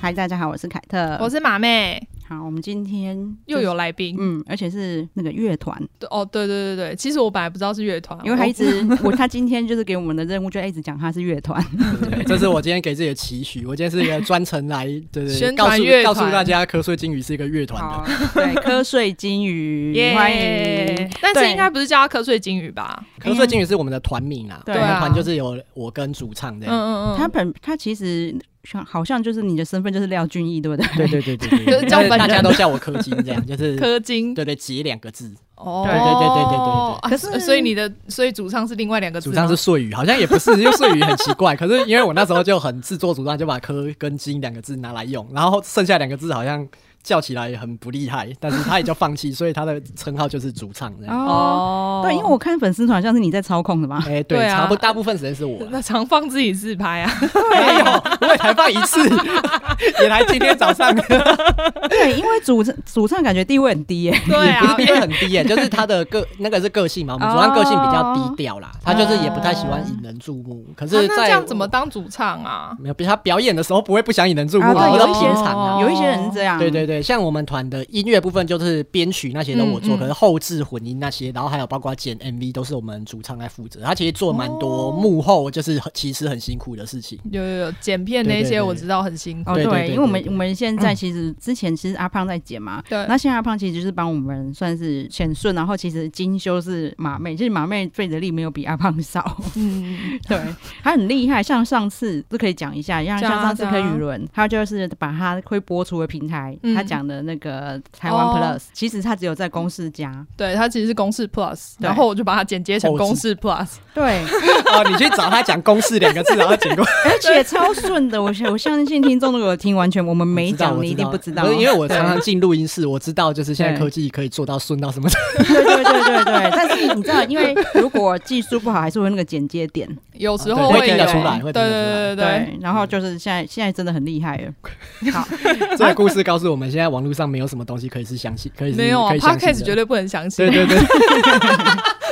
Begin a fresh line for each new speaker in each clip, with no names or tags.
嗨，大家好，我是凯特。
我是马妹，
好，我们今天、
又有来宾。
嗯，而且是那个乐团，
对哦，对对对对，其实我本来不知道是乐团，
因为他
我
一直我他今天就是给我们的任务，就一直讲他是乐团。
对，这是我今天给自己的期许。我今天是一个专程来， 对对
宣
告
传
诉
乐
告诉
团
大家，瞌睡金鱼是一个乐 团的。
好，对，瞌睡金鱼
耶
欢迎。
但是
对
应该不是叫他瞌睡金鱼吧？
瞌睡金鱼是我们的团名啦，
对
我们
啊
团就是有我跟主唱
嗯
这样。
嗯嗯，
他本他其实像好像就是你的身份就是廖俊逸，对不对？
对对对对
就是
对，
叫
但是
本
大家
人
都叫我柯金这样，就是
柯金。
对对结两个字，
哦，
对
对对对对
啊
可是
所以你的所以主唱是另外两个字
主
吗，
唱是穗语，好像也不是，因为穗语很奇怪。可是因为我那时候就很自作主张，就把柯跟金两个字拿来用，然后剩下两个字好像叫起来很不厉害，但是他也就放弃，所以他的称号就是主唱 这样。
哦，
哦，
对，因为我看粉丝团像是你在操控的嘛。
哎，对
对，啊
差不多大部分时间是我啦。
那常放自己自 拍啊，
没有，我也才放一 次，也才今天早 上，
对，因为主唱主唱感觉地位很低耶。
对
不
啊
是，地位很低耶、 就是他的个那个是个性嘛，我们主要个性比较低调啦，他就是也不太喜欢引人注目。可
啊
是
那
在
这样怎么当主唱啊？
没有？比他表演的时候不会不想引人注目，
啊对
我
有
都
一些
平常
哦
啊。
有一些人是这样。
对对对，像我们团的音乐部分就是编曲那些都我做，
嗯嗯
可是后置混音那些，然后还有包括剪 MV 都是我们主唱来负责。他其实做蛮
哦
多幕后，就是很其实很辛苦的事情。
有有有，剪片那
对对
些
对
我知道很辛苦
哦，
对对对
因为我们
对嗯对
我们现在其实之前其实阿胖在剪嘛，
对
那现在阿胖其实就是帮我们算是浅顺，然后其实金修是马妹，其实马妹费的力没有比阿胖少，
嗯，
对，她很厉害。像上次这可以讲一下，像
讲
像
啊
上次
讲啊
柯宇伦，他就是把他会播出的平台，
嗯
他讲的那个台湾
哦
Plus，、其实他只有在公司加，
对，它其实是公式 Plus，
对
然后我就把它剪接成
后置
公式 Plus，
对，
哦，你去找他讲“公式”两个字，然后剪过
而且超顺的。我相我相信听众如果有听，完全我们没
知道
讲，
我
你一定不知道，
是因为我
对
常常进录音室，我知道就是现在
对
科技可以做到顺到什么 程度。
对对对对 对，但是你知道，因为如果技术不好，还是会有那个剪接点。
有时
哦对
候
会
会
听得
有
出
对
来会听得
对
出
对对
来
对，
然后就是现在现在真的很厉害了。好，
这个故事告诉我们，现在网络上没有什么东西可以是相信，可以是
没有啊
可以相信的
，Podcast 绝对不能相信，
对对对，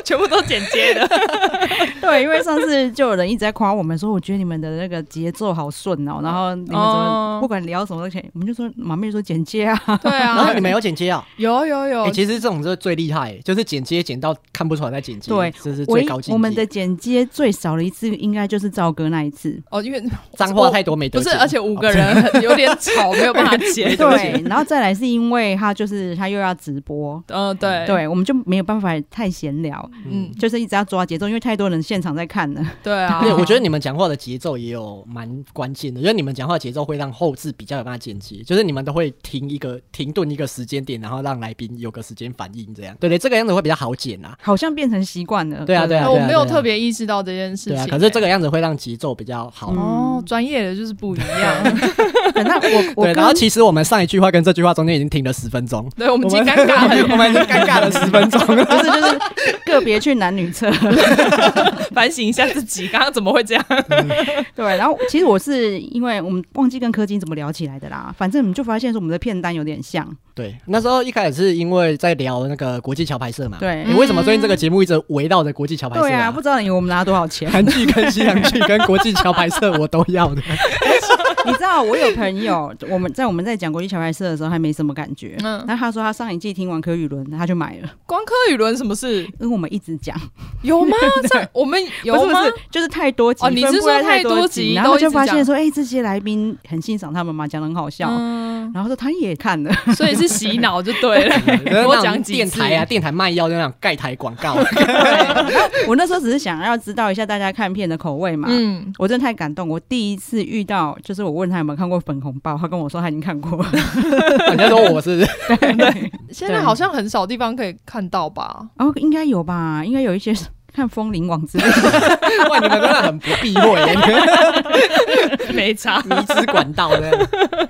全部都剪接的。嗯
对，因为上次就有人一直在夸我们说，我觉得你们的那个节奏好顺 哦，然后你们怎么
哦
不管聊什么都可以，我们就说马妹说剪接啊，
对
然后
啊
你，们有剪接啊？
有有
哎，
哦
有，
其实这种就是最厉害，就是剪接剪到看不出来在剪接，
对
这是
我
最高境界。
我们的剪接最少的一次应该就是赵哥那一次。
哦，因为
脏话太多没得
不是，
剪，
而且五个人
哦
很 有点吵，没有办法 剪。
对，然后再来是因为他就是他又要直播，
嗯，对
对，我们就没有办法太闲聊，
嗯，
就是一直要抓节奏，因为太多人现场在看了。
对啊。
对，我觉得你们讲话的节奏也有蛮关键的，因为你们讲话节奏会让后置比较有办法剪辑，就是你们都会停一个停顿一个时间点，然后让来宾有个时间反应，这样对对，这个样子会比较好剪啊。
好像变成习惯了。
对啊
不
对啊
我没有特别意识到这件事
对
情
啊，
欸。
可是这个样子会让节奏比较好。
嗯
哦，专业的就是不一 样。
对那我我
对，
跟
然后其实我们上一句话跟这句话中间已经停了十分钟，
啊对，我们已经尴 尬
我
了，
们已经尴尬了十分钟了。
不是 就是个别去男女厕，
反省一下自己，刚刚怎么会这样？
对。然后其实我是因为我们忘记跟柯金怎么聊起来的啦，反正我们就发现说我们的片单有点像，
对，那时候一开始是因为在聊那个国际桥牌社嘛。
对
你为什么最近这个节目一直围绕着国际桥牌社、
对啊，不知道你以为我们拿多少钱。
韩剧跟西洋剧跟国际桥牌社我都要的。，
你知道我有朋友，我们在我们在讲国际小白社的时候还没什么感觉，
嗯
那他说他上一季听完柯宇伦，他就买了，
光柯宇伦什么事？
因为我们一直讲，
有吗？在我们有
不
吗
是？不是，就是太多集，
哦你是
分布在
说
太
太多
集，
集
然后
都一
就
直
发现
讲
说，哎、这些来宾很欣赏他们嘛，讲的很好笑，
嗯，
然后说他也看了。
所以是洗脑就 对了多讲几
电
次
台啊，，电台卖药就那种盖台广告，
我那时候只是想要知道一下大家看片的口味嘛。
嗯，
我真的太感动，我第一次遇到，就是我问他有没有看过《粉红豹》，他跟我说他已经看过 了。
人家说我是
现在好像很少地方可以看到吧？
然后哦应该有吧，应该有一些 是看《风铃网》之类的。
哇，你们真的很不避讳，
没差，
迷之管道的。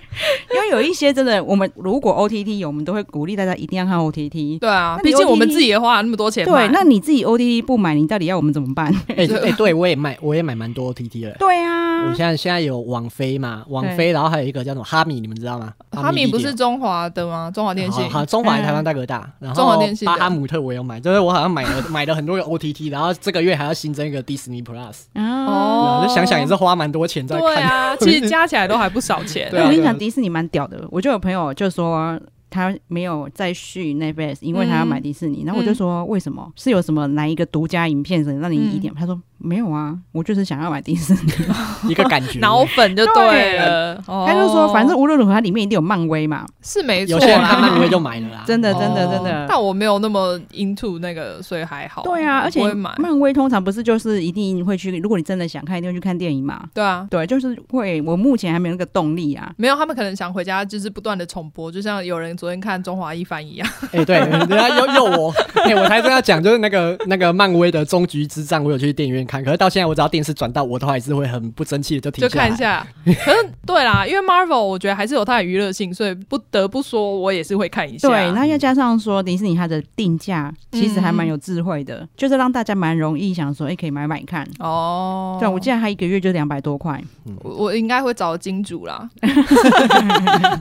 因为有一些真的，我们如果 OTT 有，我们都会鼓励大家一定要看 OTT。
对啊
那，你
毕竟
OTT
我们自己也花了那么多钱
对，
买，
那你自己 OTT 不买，你到底要我们怎么办？
哎哎，对我也买，我也买蛮多 OTT 的。
对啊，啊
我，现在现在有网飞嘛，网飞，然后还有一个叫什么哈米，你们知道吗？
哈米不是
Video
中华的吗？中华电信
哦
好，好中华台湾大哥大，然
中华
后
电信的
巴哈姆特我有买，就是我好像买了 买了很多个 OTT，然后这个月还要新增一个 Disney Plus，对
哦。
哦
啊，就想想也是花蛮多钱在
对
看，
啊，其实加起来都还不少钱。
对啊
我跟你
对啊
讲，迪士尼蛮屌的。我就有朋友就说他没有再续 Netflix，因为他要
嗯
买迪士尼。然后我就说为什么？是有什么哪一个独家影片什么让你
嗯
一点？他说没有啊，我就是想要买迪士尼。
一个感 觉。
脑粉就对了，哦
他就说反正无论如何，它里面一定有漫威嘛。
是没错
有些人看漫
啦，
威就买 了啦，
真的，
哦
真的，真的。
但我没有那么 into 那个，所以还好。
对啊，
哦我
而且
不会买。
漫威通常不是就是一定会去，如果你真的想看，一定会去看电影嘛。
对啊，
对，就是会，我目前还没有那个动力啊。
没有，他们可能想回家，就是不断的重播，就像有人昨天看《中华一番》一样。
哎、对，人家又又我，哎、我才正要讲，就是那个那个漫威的《终局之战》，我有去电影院看，可是到现在我只要电视转到，我都还是会很不争气的就停
就
下来。
看一下。可是对啦，因为 Marvel 我觉得还是有它的娱乐性，所以不得不说，我也是会看一下。嗯
对，那又加上说迪士尼它的定价其实还蛮有智慧的，就是让大家蛮容易想说，哎、可以买买看。
哦，
对，我记得它一个月就两百多块，
我我应该会找金主啦。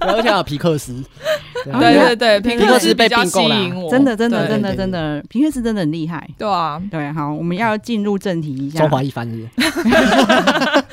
而且还有皮克斯，对啊
哎呀
对对对，
皮
皮
克
克
斯
斯
被
比较
并
吸
购啦
引我，
真的真的
哦对
真的
对对
真的，皮克斯真的很厉害。
对啊。
对，好，我们要进入正题一下
中。华一番是不是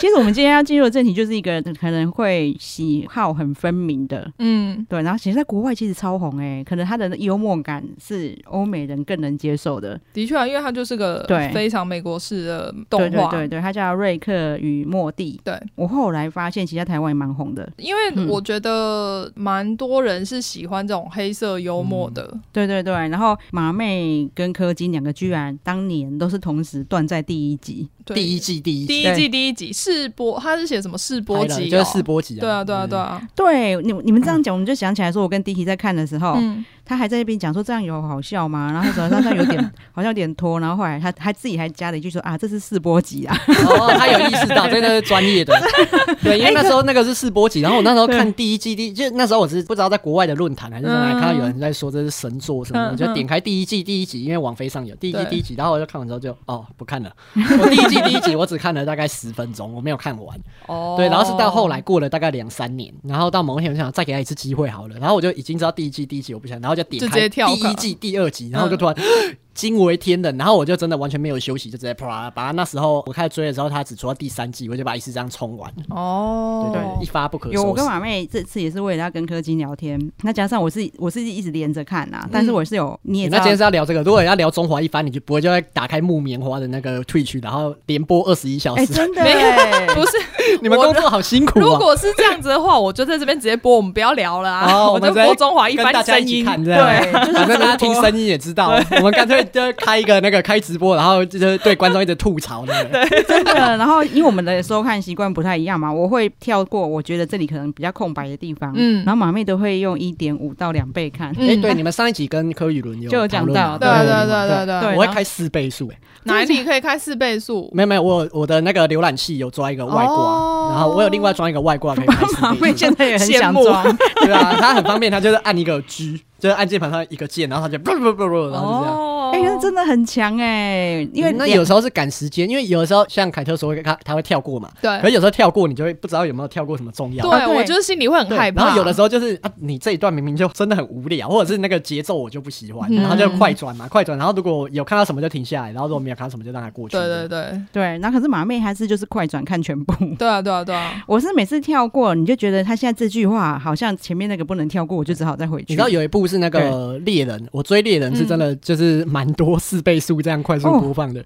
其实我们今天要进入的正题就是一个可能会喜好很分明的，
嗯，
对，然后其实在国外其实超红哎、可能他的幽默感是欧美人更能接受的。
的确啊，因为它就是个
对
非常美国式的动
对对
画。
对对，他叫瑞克与莫蒂。
对，
我后来发现，其实在台湾也蛮红的。
因为我觉得蛮多人是喜欢这种黑色幽默的，
对对对，然后马妹跟柯基两个居然当年都是同时断在第一集，
对
第一季第一
第
季
一季第一集试播，它是写什么试播
拍了
集哦？
就是试播集啊，
对啊，对啊，对啊。
对你你们这样讲，我们就想起来说，我跟迪迪在看的时候，
嗯，
他还在那边讲说这样有好笑吗？然后他说他这样有 点好像有点拖，然后后来他他自己还加了一句说啊，这是试播集啊，
哦，他有意识到，这个是专业的。 对，因
哎
为那时候那个是试播集，然后我那时候看第一季，第就那时候我是不知道在国外的论坛还是哪里看到有人在说这是神作什么
嗯
的，我就点开第一季第一集，因为网飞上有第一季
对
第一集，然后我就看完之后就哦不 看了。我第一季第一集我只看了大概十分钟，我没有看完。
哦，
对，然后是到后来过了大概两三年，然后到某一天我想再给他一次机会好了，然后我就已经知道第一季第一集我不想，然后就点
就直
开
接跳
第一
坑
季第二集，然后我就突然 惊为天人，然后我就真的完全没有休息，就直接啪把它那时候我开始追的时候，它只出到第三季，我就把一次这样冲完，
哦，
对，一发不可收拾。
有我跟马妹这次也是为了要跟柯基聊天，那加上我是我是一直连着看啊，
嗯
但是我是有你也
你
知
那
道哎
今天是要聊这个，如果要聊中华一番，你就不会就在打开木棉花的那个 Twitch，然后连播二十一小
哎、
时。
真的
没有
哎
不是，
你们
我
工作好辛苦
如
啊！
果是这样子的话，我就在这边直接播，我们不要聊了啊，
哦，
我
们
就
直接
播中华一
跟大
番
家一
声
起
音。
看这样，
对，
反正大家听声音也知道，我们干脆就开一个那个开直播，然后就是对观众一直吐槽那个。
真的。然后因为我们的收看习惯不太一样嘛，我会跳过我觉得这里可能比较空白的地方，
嗯
然后马妹都会用一点五到两倍看。
哎，
嗯
对，你们上一集跟柯宇伦有
就有讲到
讨
对
论嘛
对对对
对
对，
我会开四倍速哎，
哪里可以开四倍速？
没有没有，我有我的那个浏览器有装一个外
哦
挂，然后我有另外装一个外挂可以开
马
四倍
妹
速，
现在也很想
羡慕
装，
对啊，它很方便，它就是按一个 G，就是按键盘上一个键，然后它就不不不不，然后就这样。
哦
哎、那真的很强哎、因为
嗯那
两
有时候是赶时间，因为有的时候像凯特说他他会跳过嘛，可
对
是有时候跳过你就会不知道有没有跳过什么重要的。
啊
对，
对
我就是心里会很
对
害怕。
然后有的时候就是啊，你这一段明明就真的很无聊， 或者是那个节奏我就不喜欢，
嗯
然后就快转嘛，快转。然后如果有看到什么就停下来，然后如果没有看到什么就让它过去。
对对对
对，然后可是马妹还是就是快转看全部。
对啊对啊对 啊，
我是每次跳过，你就觉得他现在这句话好像前面那个不能跳过，我就只好再回去。
你知道有一部是那个猎人，我追猎人
嗯
是真的就是蛮多四倍速这样快速播
哦
放的。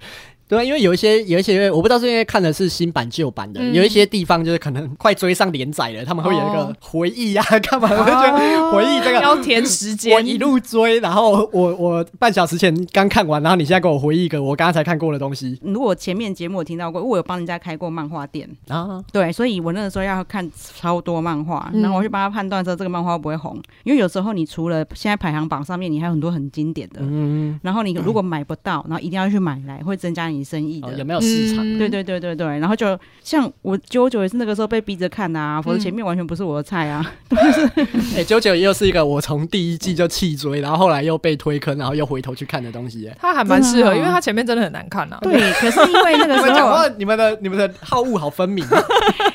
对，因为有一些有一些，我不知道是因为看的是新版旧版的，
嗯
有一些地方就是可能快追上连载了，他们会有一个
哦
回忆啊，干嘛？ 我就觉得回忆这个
要填时
我
间。
一路追，然后我我半小时前刚看完，然后你现在给我回忆一个我刚刚才看过的东西
如果前面节目我听到过，我有帮人家开过漫画店，
啊，
对，所以我那个时候要看超多漫画，
嗯
然后我去帮他判断说这个漫画会不会红，因为有时候你除了现在排行榜上面，你还有很多很经典的，
嗯，
然后你如果买不到，然后一定要去买来，会增加你你生意的。
哦有没有市
嗯
嗯
场？
对对对对对，然后就像我九九也是那个时候被逼着看啊，
嗯
否则前面完全不是我的菜 啊。
哎，九九又是一个我从第一季就弃追，然后后来又被推坑，然后又回头去看的东西。哎
他还蛮适
真的
合，
哦
因为他前面真的很难
啊
看呐。
对，可是因为那个
你
时
们讲
候
话，，你们的你们的好恶好分明。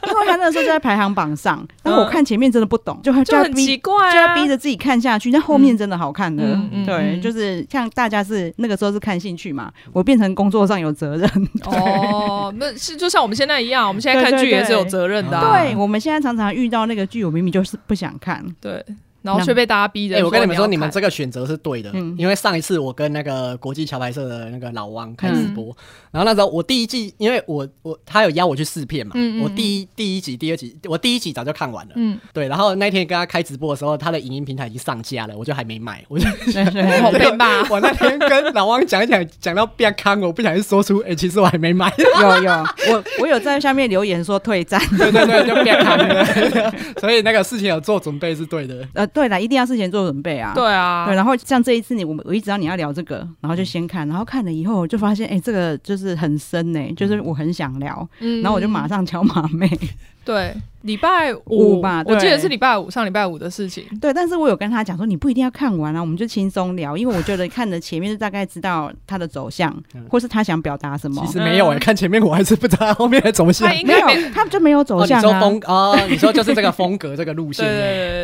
因为他那个时候就在排行榜上，但我看前面真的不懂，就
嗯就
就要
很奇
逼
怪
就要
啊，
逼着自己看下去，但后面真的好看的，
嗯嗯嗯
对，
嗯
就是像大家是那个时候是看兴趣嘛，我变成工作上有责 任，
哦，那是就像我们现在一样，我们现在看
对对
剧也是有
对
责任的啊，
啊
对我们现在常常遇到那个剧，我明明就是不想 看，
对，然后却被大家逼
哎、
着。
我跟你们说，
说，
你们这个选择是对的，
嗯
因为上一次我跟那个国际桥牌社的那个老王看直播，然后那时候我第一季，因为我我他有邀我去试片嘛，
嗯嗯嗯
我第一第一集、第二集，我第一集早就看完了，
嗯，
对，然后那天跟他开直播的时候，他的影音平台已经上架了，我就还没买，我就
对对
然后
对
被骂
，我那天跟老王讲一讲，讲到变康，我不小心说出，哎、其实我还没买，
有有，我我有在下面留言说退战，
对对对，就变康了， 所以那个事情有做准备是对的，
呃，对了，一定要事前做准备啊，
对啊
对，，然后像这一次你我们我一直道你要聊这个，然后就先看，然后看了以后就发现，哎、这个就是很深呢、就是我很想聊，
嗯
然后我就马上敲马妹。
对礼拜
五吧
我记
对
得是礼拜五，上礼拜五的事情。
对，但是我有跟他讲说，你不一定要看完啊，我们就轻松聊，因为我觉得看的前面就大概知道他的走向
嗯，
或是他想表达什么
其。实没有哎、看前面我还是不知道后面的走向
他。应
没
该没
有，他就没有走
哦，你
向
说
啊。
风哦，你说就是这个风格这个路
对
线 欸，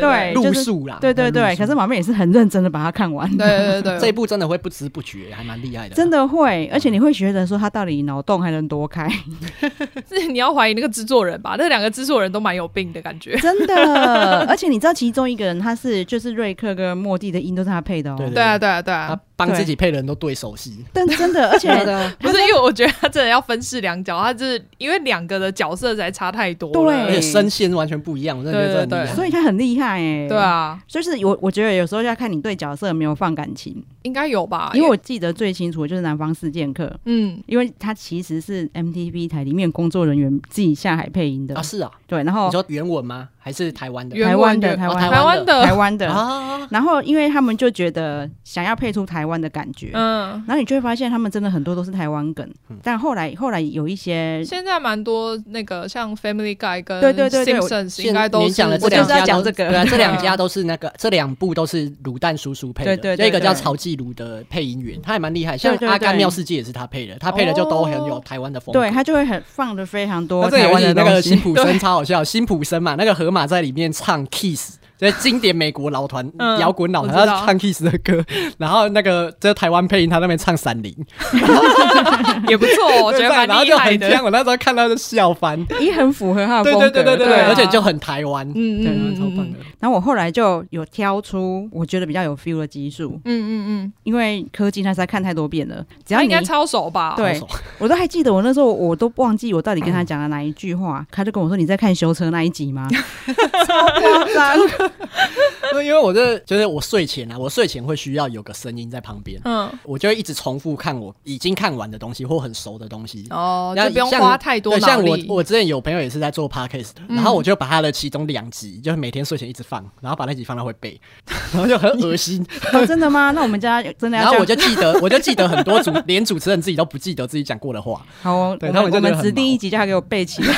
对
对
路
就是
数啦，
对对对，
路数
可是马妹也是很认真的把它看完，
对对对
这
对，
一部真的会不知不觉，还蛮厉害的，
真。的会，而且你会觉得说他到底脑洞还能多开，
这你要怀疑那个制作人吧？那两个制作人都蛮有病的感觉。
真的。 而且你知道其中一个人他是就是瑞克跟莫蒂的音都是他配的哦，
对
对啊对啊对
他
啊，
帮自己配的人都对手戏，
但真的， 而且
不是因为我觉得他真的要分饰两角，他就是因为两个的角色实在差太多了。
而且声线完全不一样，我真的觉得这很厉害。
所以他很厉害哎、
对，啊，
就是我我觉得有时候要看你对角色有没有放感情，
应该有吧？
啊
因为我记得最清楚的就是《南方四剑客》。
嗯，
因为他其实是 MTV 台里面工作人员自己下海配音的，
啊，是啊，
对，然后
你说原文吗？还是台湾的？
原
台湾的
原
台湾
哦
台湾的，
台湾的，
啊，
然后因为他们就觉得想要配出台湾的感觉，
嗯，
然后你就会发现他们真的很多都是台湾梗，
嗯
但后来后来有一些。
现在蛮多那个像 Family Guy 跟
对对对对我
Simpsons 应该都
你
是
讲的这
我就
两
是要
家
讲
都
这个
对啊，这两家都是那个，这两部都是卤蛋叔叔配的，
对对
就
对
一个叫
对
曹继鲁的配音员，他也蛮厉害，像
对对
《
对
阿甘妙世界》也是他配的，他配的就都很有
哦
台湾的风格。
对他就会很放的非常多
哦啊那这
台
游
湾
戏
的
那个
东
辛
西，
普森超好笑，辛普森嘛，那个河马在里面唱 Kiss。这经典美国老团
嗯
摇滚老
我
团，
知道
他唱 Kiss 的歌， 然后那个在台湾配音，他那边唱《闪灵》，
也不错，我觉得 蛮
然后
厉
就
害
很
的
香，。我那时候看到就笑翻，
也很符合他的
对
风
对
格。
对对对对，
对啊
而且就很台湾，
嗯
对，
嗯嗯
超棒
嗯
的。
然后我后来就有挑出我觉得比较有 feel 的集数，
嗯嗯嗯，
因为科技他实在看太多遍了，只要
他
你
应该抄手吧？
对
超爽，
我都还记得，我那时候我都忘记我到底跟他讲了哪一句话，他就跟我说：“你在看修车那一集吗？”超夸张，
因为我这就是我睡前啊，我睡前会需要有个声音在旁边，
嗯，
我就会一直重复看我已经看完的东西或很熟的东西，
哦，
那
就不用
像
花太多
对，
脑
像我
力。嗯
我之前有朋友也是在做 podcast，的、然后我就把他的其中两集，就是每天睡前一直放，然后把那集放到会背， 然后就很恶 心。
哦真的吗？那我们家真的要这
然后
样
我就记得，我就记得很多主，连主持人自己都不记得自己讲过的话。
好哦，
对
我
他
们
们就
我
觉得
们
很
指定
毛
一集就要给我背起 来。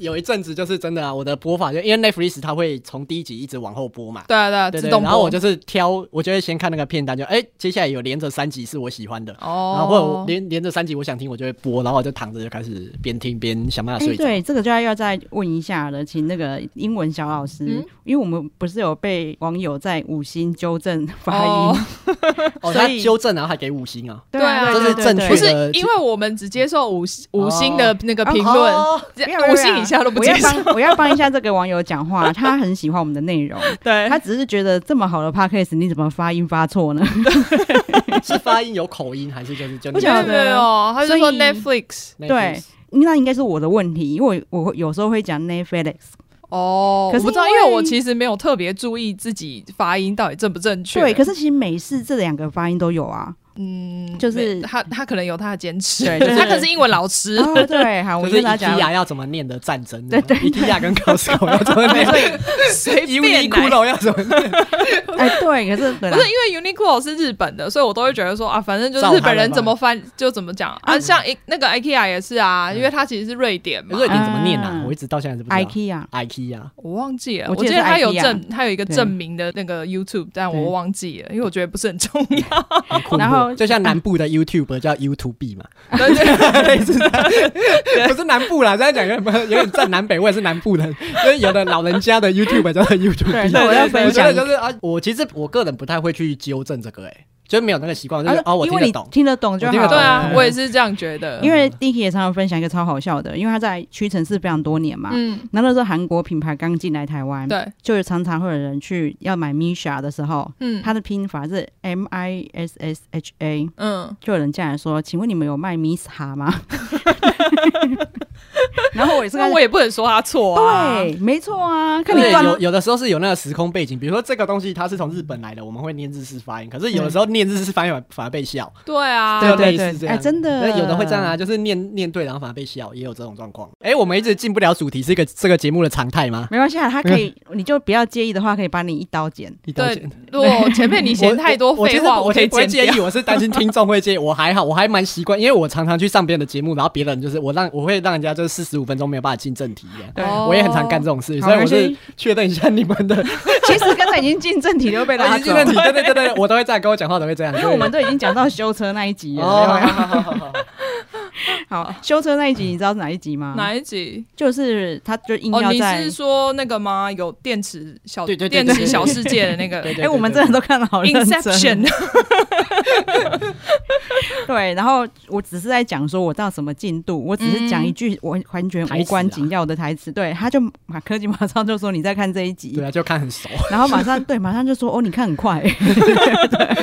有一阵子就是真的啊，我的播法就因为 Netflix 它会从第一集一直往后播嘛。
对啊对啊，
对
自
对，
动
然后
播
我。就是挑，我就会先看那个片单，就哎、接下来有连着三集是我喜欢的，然后或者我
哦，
连连着三集我想听，我就会播，然后我就躺着就开始边听边想办法
哎、
睡着。
对，这个就要要再问一下了，请那个英文小老师，
嗯
因为我们不是有被网友在五星纠正发音，
哦
哦，
所
他
以
纠正然后还给五星啊，
对啊，
对啊
对
这是正确
不
对对
是
这个
因为我们只接受五星五星的那个
哦
评论，
哦
这
不要不要
五星以下都不
啊我
接
要
受。
帮我要帮一下这个网友讲话，他很喜欢我们的内 容，
对
他只是觉得这么好的 podcast 你怎么发音发错呢？
是发音有口音，还是就是就
不
没
晓
有
得
没有，他
所
就说
以
Netflix
对，那应该是我的问题，因为我我会有时候会讲 Netflix，
哦，
可
我
是
不知道，
因
因
为
为我其实没有特别注意自己发音到底正不正确。
对，可是其实美式这两个发音都有啊。
嗯，
就是
没他他可能有他的坚持，
对就是
他可是英文老 师，
哦，对， 好，我
就是
跟
伊
大
提
家
亚
啊
讲，
要怎么念的战争，对对，伊提亚跟 Costco 要怎么 念，
随
伊
便
利骷
来。
髅要怎么念，
哎，对，可是对
不
啦
是因为 Uniqlo 是日本的，所以我都会觉得说啊，反正就
照
是日
他
本人
们嗯
怎么翻就怎么讲啊。像 I, 那个 IKEA 也是啊，因为它其实是瑞典嘛，
瑞典怎么念啊？
嗯
我一直到现在都不知道。 啊
，IKEA，
IKEA
我忘记了，
我
我
记得
记得
是
他有
IKEA
证，他有一个
对
证明的那个 YouTube，但
对
我忘记了，因为我觉得不是很重要。
很困惑
然后啊
就像南部的 YouTube 叫 YouTube 嘛，
对对
类似这样 不是南部啦，这样讲有点有点站南北，我也是南部人，因为有的老人家的 YouTube 叫做 YouTube。
对那我要分
我觉
享
得就是啊，我其实我个人不太会去纠正这个，哎，就没有那个习惯，我就觉得
啊
哦，我
因
听
为
得
你
懂。
听得懂就好
我听
了，
得
对啊
懂，嗯
我也是这样觉得。
因为 Dicky 也常常分享一个超好笑的，因为他在屈臣氏非常多年嘛，
嗯，
然后那时候韩国品牌刚进来台湾，
对，
就是常常会有人去要买 Misha 的时候，
嗯
它的拼法是 M I S S H A，
嗯，
就有人进来说：“请问你们有卖 Misha 吗？”然后我也是跟
那
他
我也不能说他错啊。
对，没错啊，看你
对，
断
有有的时候是有那个时空背景，比如说这个东西它是从日本来的，我们会念日式发音，可是有的时候念日式发音反反而被笑，
对啊，
就
对
类似这样。
哎真的
那有的会这样啊，就是念念对，然后反而被笑，也有这种状况。哎，我们一直进不了主题，是一个这个节目的常态吗？
没关系啊，他可以，你就不要介意的话，可以把你一刀剪。
一刀
对
剪。，
如果前面你嫌太多
我我
废话，
我
可以
其实不会
剪
介
掉。
意，我是担心听众会介意。我还好，我还蛮习惯，因为我常常去上别人的节目，然后别人就是我让我会让人家就是四十五分钟没有办法进正题一样。
对
哦
我也很常干这种事，
好
所以我
没关
是
系
确认一下你们的。
其实刚才已经进正题就被
我
拉
已
走
经，认题，对对对对，我都会这样跟我讲话，都会这样。
因为
所以
我们都已经讲到修车那一集了。
哦，
没有
好
没有
好好好好好
好，修车那一集你知道是哪一集吗？
哦哪一集？
就是他就硬
哦，
要
你
在。
是说那个吗？有电池小
对对对
电
对
池小世界的那个
对对
哎、我们真的都看得好认真。
Inception？
对，然后我只是在讲说我到什么进度，我只是讲一句我完全无关紧要的台词。对，他就马科技马上就说你在看这一集
对，啊，就看很熟。
然后马上对马上就说哦，你看很快。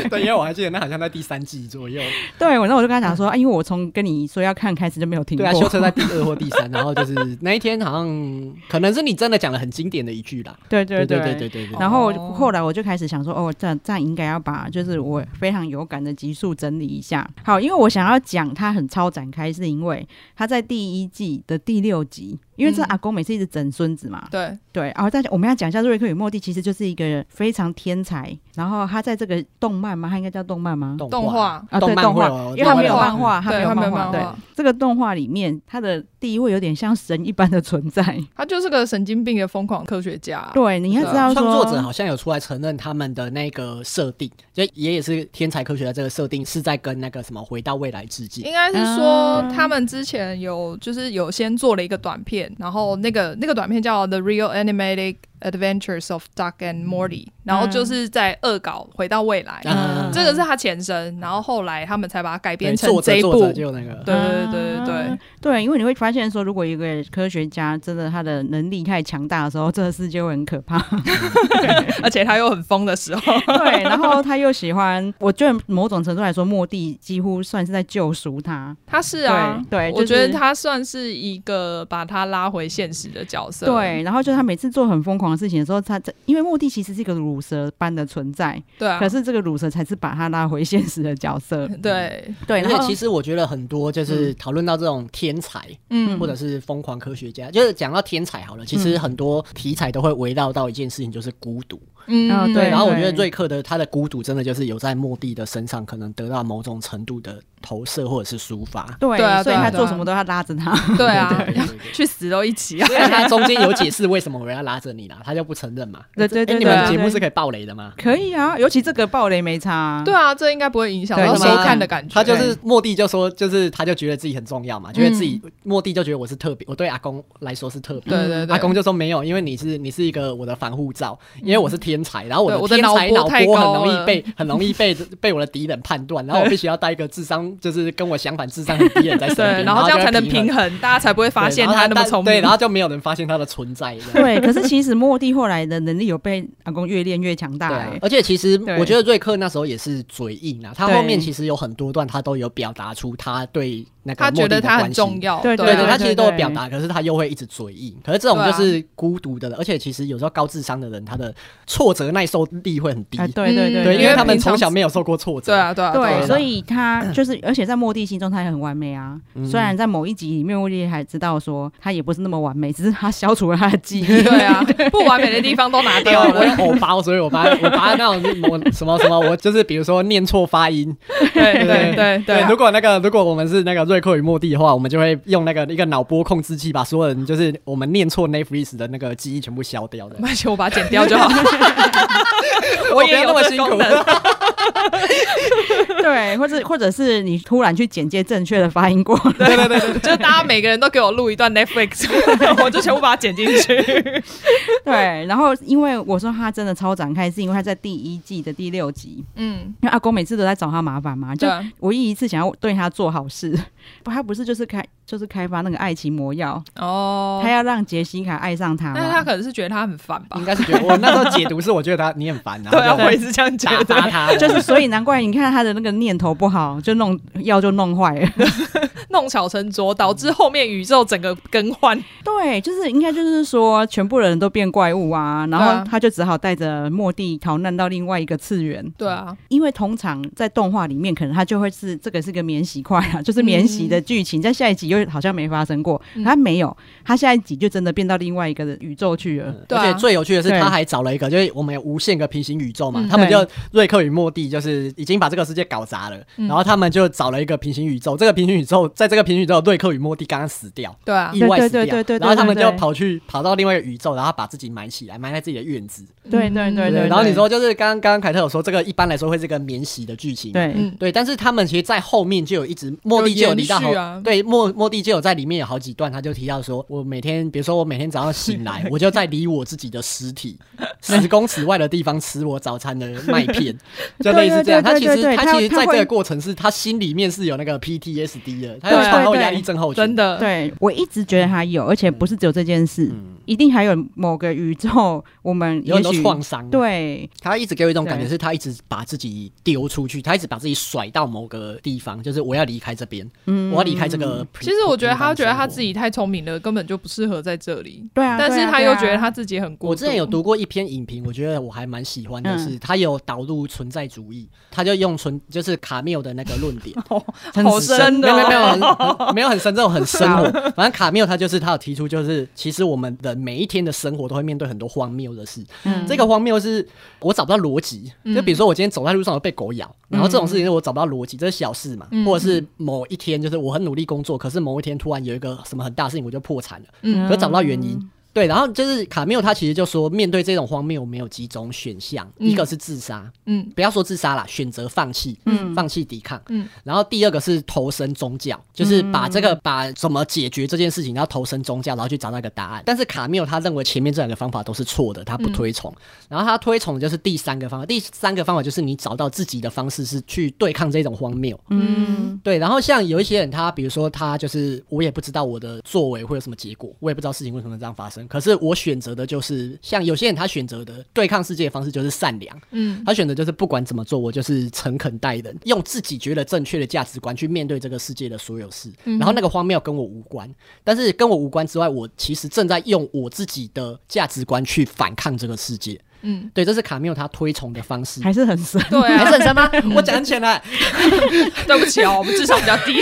对，因为我还记得那好像在第三季左右。
对，我那我就跟他讲说，啊，因为我从跟你说要看开始就没有停
对
过。
啊，修车在第二或第三，然后就是那一天好像可能是你真的讲了很经典的一句啦。
对对
对
对
对对对对。
然后
哦
后来我就开始想说，哦，这样这样应该要把就是我非常有感的集数整理一下。好，因为我想要讲它很超展开，是因为它在第一季的第六集，因为这
嗯
阿公每次一直整孙子嘛，
对，
对。然后大家我们要讲一下瑞克与莫蒂，其实就是一个非常天才，然后他在这个动漫吗？他应该叫动漫吗？
哦动画
啊，对
动漫
动
会哦
画
有，
因为他没有
动画
漫画，
对
没有
他没
漫
有
画。
漫
对
画，
这个动画里面，他的地位有点像神一般的存在。
啊
他就是个神经病的疯狂科学家啊。
对，你要知道
创
说，
作者好像有出来承认他们的那个设定，就爷爷是天才科学家这个设定是在跟那个什么《回到未来》致敬。
应该是说
嗯
他们之前有就是有先做了一个短片，然后那个那个短片叫《The Real Animated Adventures of Duck and Morty》，然后就是在恶搞回到未来，
嗯
这个是他前身，然后后来他们才把它改
对
编成
作
这
者
一
作
部
者。就那个，
对对对对对
啊对，因为你会发现说，如果一个科学家真的他的能力太强大的时候，这个世界会很可怕。
而且他又很疯的时候，
对，然后他又喜欢，我觉得某种程度来说，莫蒂几乎算是在救赎他。
他是啊，
对对
我
就是
觉得他算是一个把他拉回现实的角色。
对，然后就是他每次做很疯狂的事情的时候，他在因为莫蒂其实是一个乳蛇般的存在，
对啊
可，是这个乳蛇才是把他拉回现实的角色。
对，
对，
而
然
且
后
其实我觉得很多就是讨论到这种天才
嗯
或者是疯狂科学家，就是讲到天才好了，其实很多题材都会围绕到一件事情，就是孤独。
啊
嗯，
对
然后我觉得瑞克的他的孤独真的就是有在莫蒂的身上可能得到某种程度的投射或者是抒发。
对，
对啊
所以
对
他
啊
做什么都要拉着他。
对啊
对，对对
去死都一起啊！
所以他中间有解释为什么我要拉着你啦，他就不承认嘛。
对对对
哎你
对
们
对
节目是可以爆雷的吗？
可以啊，尤其这个暴雷没差、啊。
对啊，这应该不会影响
对
到
他
收
们
看的感觉。
他就是莫蒂就说，就是他就觉得自己很重要嘛，觉得自己莫蒂就觉得我是特别，我对阿公来说是特别。
对对对，
阿公就说没有，因为你是你是一个我的防护罩，因为我是天才，然后
对
我
我
的
的
天才
脑波
脑
太
波很
高
容易
了
被 很容易被被我的敌人判断，然后我必须要带一个智商就是跟我相反智商的敌人在 身
对，
边，
然后
后
这样才能
平
平衡，大家才不会发
对
现
然后
他那么
但
聪
对，
明
然。后就没有人发现他的存在。 这 样
对，可是其实莫蒂后来的能力有被阿公越练越强大、
对
欸
啊，而且其实
对
我觉得瑞克那时候也是嘴硬啊，他
对
后面其实有很多段他都有表达出他对那个
他觉
莫
得
莉的
他很
关系
重要，
对
对
对
对，他其实都有
对
表达，可是他又会一直追忆。可是这种
对啊
就是孤独的人，而且其实有时候高智商的人，他的挫折耐受力会很低，
哎，对对对
嗯
对，因
因
为
为
他们
平常
从小没有受过挫折。
对啊，对啊，对
对，
啊，
所以他就是，而且在莫蒂心中他也很完美啊。
嗯
虽然在某一集里面，莫蒂还知道说他也不是那么完美，只是他消除了他的记忆。
对 啊，不完美的地方都拿
对
掉
啊，我
了，
有偶包，所以我把我把那种我什么什么，我就是比如说念错发音，
对对
对
对
对，
对啊
如。果那个如果我们是那个瑞克与莫蒂的话，我们就会用那个一个脑波控制器把所有人就是我们念错 Netflix 的那个记忆全部消 掉的。
而且我把它剪掉就好，
我
也
不要
有
那么
这
辛
功
苦，
能
对，或者或者是你突然去简介正确的发音过，
对对对 对，
就是大家每个人都给我录一段 Netflix，我 就全部把它剪进去。
对。然后因为我说他真的超展开，是因为他在第一季的第六集，
嗯，
因为阿公每次都在找他麻烦嘛，就
对啊
唯一一次想要对他做好事，不，他不是就是开就是开发那个爱情魔药，
哦
他，要让杰西卡爱上他
但是他
嘛。
可能是觉得他很烦吧
应？该是觉得我那时候解读是我觉得他你很烦，然
嗯 对啊，
后
我也
就是
这样觉
打
得。
发他，
就是，所以难怪你看他的那个念头不好，就弄药就弄坏了。
弄巧成拙，导致后面宇宙整个更换。
对，就是应该就是说，全部人都变怪物啊，然
对啊
后他就只好带着莫蒂逃难到另外一个次元。
对啊，
因为通常在动画里面，可能他就会是这个是个免洗块啊， 就是免洗的剧情，在下一集又好像没发生过，
嗯
他没有，他下一集就真的变到另外一个宇宙去了。
而且最有趣的是，他还找了一个，就是我们有无限个平行宇宙
嗯
嘛，他们就瑞克与莫蒂就是已经把这个世界搞砸了，
嗯
然后他们就找了一个平行宇宙，这个平行宇宙在这个平行宇宙，瑞克与莫蒂刚刚死掉，
对啊，
意外死
对对对对对，
掉然后他们
对
就
对
跑去跑到另外一个宇宙，然后把自己埋起来，埋在自己的院子。
对对对
嗯
对，
然后你说就是刚刚刚刚凯特有说，这个一般来说会是一个免洗的剧情，
对，
嗯，
对，但是他们其实，在后面就有一直莫蒂就有提到
有延
好，
续啊
对莫莫蒂就有在里面有好几段，他就提到说，我每天，比如说我每天早上醒 来，我就在离我自己的尸体十公尺外的地方吃我早餐的麦 片，就类似这
对
样。他其
对对
实
对
他
他
其实
他
在这
会
个过程是他心里面是有那个 PTSD 的，他
对
有产后
对
压
对
力症候群，
真的，
对我一直觉得他有，而且不是只有这件事，
嗯
一定还有某个宇宙，我们也
有很多
许
创伤。，
对
他一直给我一种感觉，
对
是他一直把自己丢出去，他一直把自己甩到某个地方，就是我要离开这边，
嗯
我要离开这个
嗯
平。
其实我觉得
平凡
他觉得
生
他
活
自己太聪明了，根本就不适合在这里。
对啊，
但
对
是
啊
他
对
又
啊
觉得他自己很孤独。嗯
我之前有读过一篇影评，我觉得我还蛮喜欢的是，他有导入存在主义，他就用存就是卡缪的那个论点，
哦好深的
没有没有没有
哦，
很很没有很深，这种很深哦。反正卡缪他就是他有提出，就是其实我们的每一天的生活都会面对很多荒谬的事，
嗯
这个荒谬是我找不到逻辑，
嗯
就比如说我今天走在路上我被狗咬，然后这种事情我找不到逻辑，这是小事嘛，
嗯
或者是某一天就是我很努力工作，可是某一天突然有一个什么很大事情我就破产了。
嗯
可是找不到原因。对，然后就是卡缪他其实就说，面对这种荒谬，我们有几种选项，
嗯
一个是自杀，
嗯
不要说自杀啦，选择放弃，
嗯
放弃抵抗，
嗯
然后第二个是投身宗教，就是把这个、把怎么解决这件事情，然后投身宗教，然后去找到一个答案。但是卡缪他认为前面这两个方法都是错的，他不推崇。然后他推崇的就是第三个方法，第三个方法就是你找到自己的方式，是去对抗这种荒谬。
嗯
对，然后像有一些人，他比如说他就是我也不知道我的作为会有什么结果，我也不知道事情为什么这样发生。可是我选择的就是像有些人他选择的对抗世界的方式就是善良，
嗯
他选择就是不管怎么做，我就是诚恳待人，用自己觉得正确的价值观去面对这个世界的所有事。
嗯
然后那个荒谬跟我无关，但是跟我无关之外，我其实正在用我自己的价值观去反抗这个世界。
嗯，
对，这是卡缪他推崇的方式。
还是很深。
对
还是
啊，
很深吗？我讲很浅了。
对不起哦，我们智商比较低。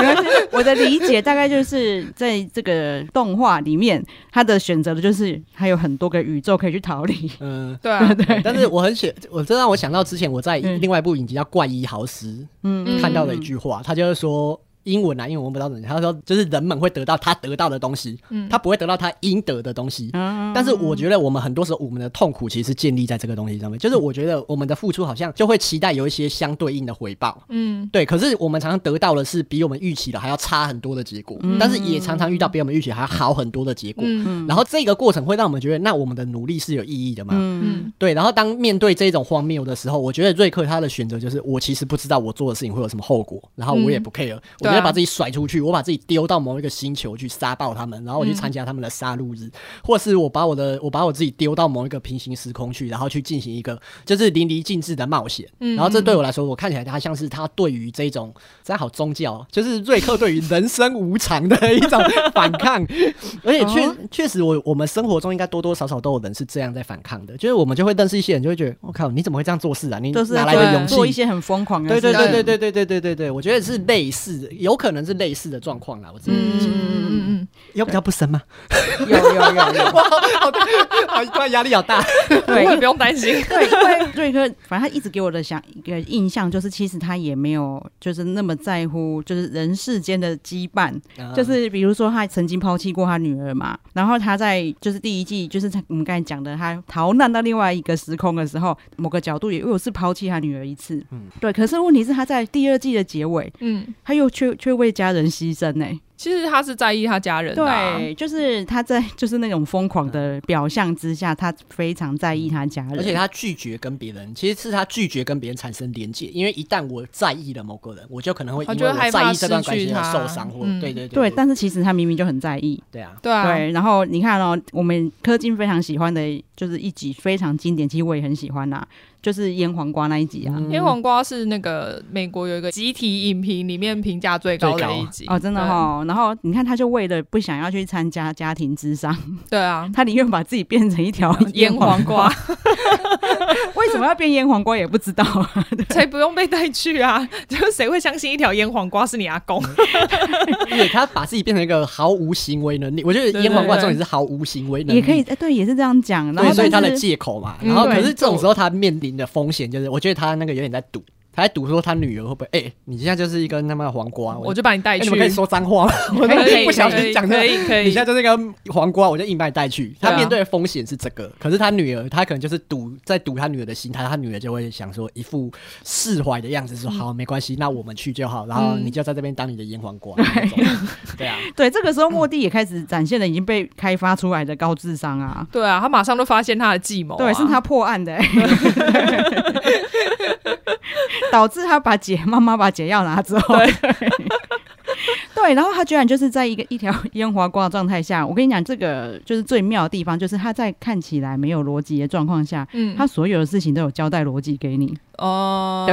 没关系 我的理解大概就是在这个动画里面，他的选择的就是还有很多个宇宙可以去逃离。
嗯，
对啊，
对，但是我很喜，我这让我想到之前我在
嗯
另外一部影集叫《怪医豪斯
嗯》
看到的一句话，他就是说英文啊，英文我不知道怎么讲，他说就是人们会得到他得到的东西，他不会得到他应得的东西。
嗯
但是我觉得我们很多时候我们的痛苦其实建立在这个东西上面，就是我觉得我们的付出好像就会期待有一些相对应的回报。
嗯
对，可是我们常常得到的是比我们预期的还要差很多的结果，但是也常常遇到比我们预期还要好很多的结果。
嗯
嗯
然后这个过程会让我们觉得，那我们的努力是有意义的吗？
嗯
嗯
对，然后当面对这种荒谬的时候，我觉得瑞克他的选择就是，我其实不知道我做的事情会有什么后果，然后我也不 care，、我
对
就会把自己甩出去，我把自己丢到某一个星球去杀爆他们，然后我去参加他们的杀戮日，或是我把我的我把我自己丢到某一个平行时空去，然后去进行一个就是淋漓尽致的冒险。然后这对我来说，我看起来它像是他对于这种这好宗教哦，就是瑞克对于人生无常的一种 反抗，而且
哦
确确实我我们生活中应该多多少少都有人是这样在反抗的，就是我们就会认识一些人，就会觉得我、靠，你怎么会这样做事啊？你
就是
哪来的
做
勇气
做一些很疯狂的
对
事
对
情，
对对对对对对对对，我觉得是类似的，有可能是类似的状况啦。我自
嗯
己
嗯
嗯
嗯嗯
嗯
要比较不深吗？
嗯，有 有有有，
好，突然压力好大。
对，
我也不用担 心。
对，因为瑞克，反正他一直给我的想一个印象就是，其实他也没有就是那么在乎，就是人世间的羁绊。
嗯
就是比如说，他曾经抛弃过他女儿嘛，然后他在就是第一季，就是他我们刚才讲的，他逃难到另外一个时空的时候，某个角度也又是抛弃他女儿一次。
嗯
对。可是问题是，他在第二季的结尾，
嗯
他又却却为家人牺牲欸呢、
其实他是在意他家人的啊、
对，就是他在就是那种疯狂的表象之下，他非常在意他家人，
嗯而且他拒绝跟别人，其实是他拒绝跟别人产生连接，因为一旦我在意了某个人，我就可能会因为我在意这段关系而受伤，或对对
嗯对，
对
但是其实他明明就很在意。
对啊，
对啊，
对，然后你看哦，我们柯金非常喜欢的就是一集非常经典，其实我也很喜欢啦、啊就是腌黄瓜那一集啊。
嗯
因为黄瓜是那个美国有一个集体影评里面评价最高的一集
哦，真的哦。然后你看，他就为了不想要去参加家庭之商，
对对啊，
他宁愿把自己变成一条
腌黄瓜
瓜。为什么要变腌黄瓜也不知 道，
才不用被带去啊！ 就是谁会相信一条腌黄瓜是你阿公？
而且他把自己变成一个毫无行为能力，我觉得腌黄瓜重点是毫无行为能力，
也可以，哎对，也是这样讲。然后
对，所以他
但
的
是
借口嘛，
嗯
然后可是
对
这种时候他面临的风险就是，我觉得他那个有点在赌，他在赌说他女儿会不会，哎、你现在就是一个那么黄瓜，
我
就
就把你带
哎、
去
你。们可以说脏话吗？ 我都
可以
不小
可
心
以
讲
可
的。
以可
你
以
现在，就是个黄瓜，我就硬把你带去。他
对啊
面对的风险是这个，可是他女儿，他可能就是赌，在赌他女儿的心态，他女儿就会想说一副释怀的样子，
嗯
说好没关系，那我们去就好，然后你就在这边当你的腌黄瓜。那种对啊，
对，这个时候莫蒂也开始展现了已经被开发出来的高智商啊。
对啊，他马上就发现他的计谋啊、
对，是他破案的、 欸，导致他把解妈妈把解药拿走。对， 然后他居然就是在一个一条烟花瓜的状态下，我跟你讲，这个就是最妙的地方，就是他在看起来没有逻辑的状况下，
嗯
他所有的事情都有交代逻辑给你。
哦、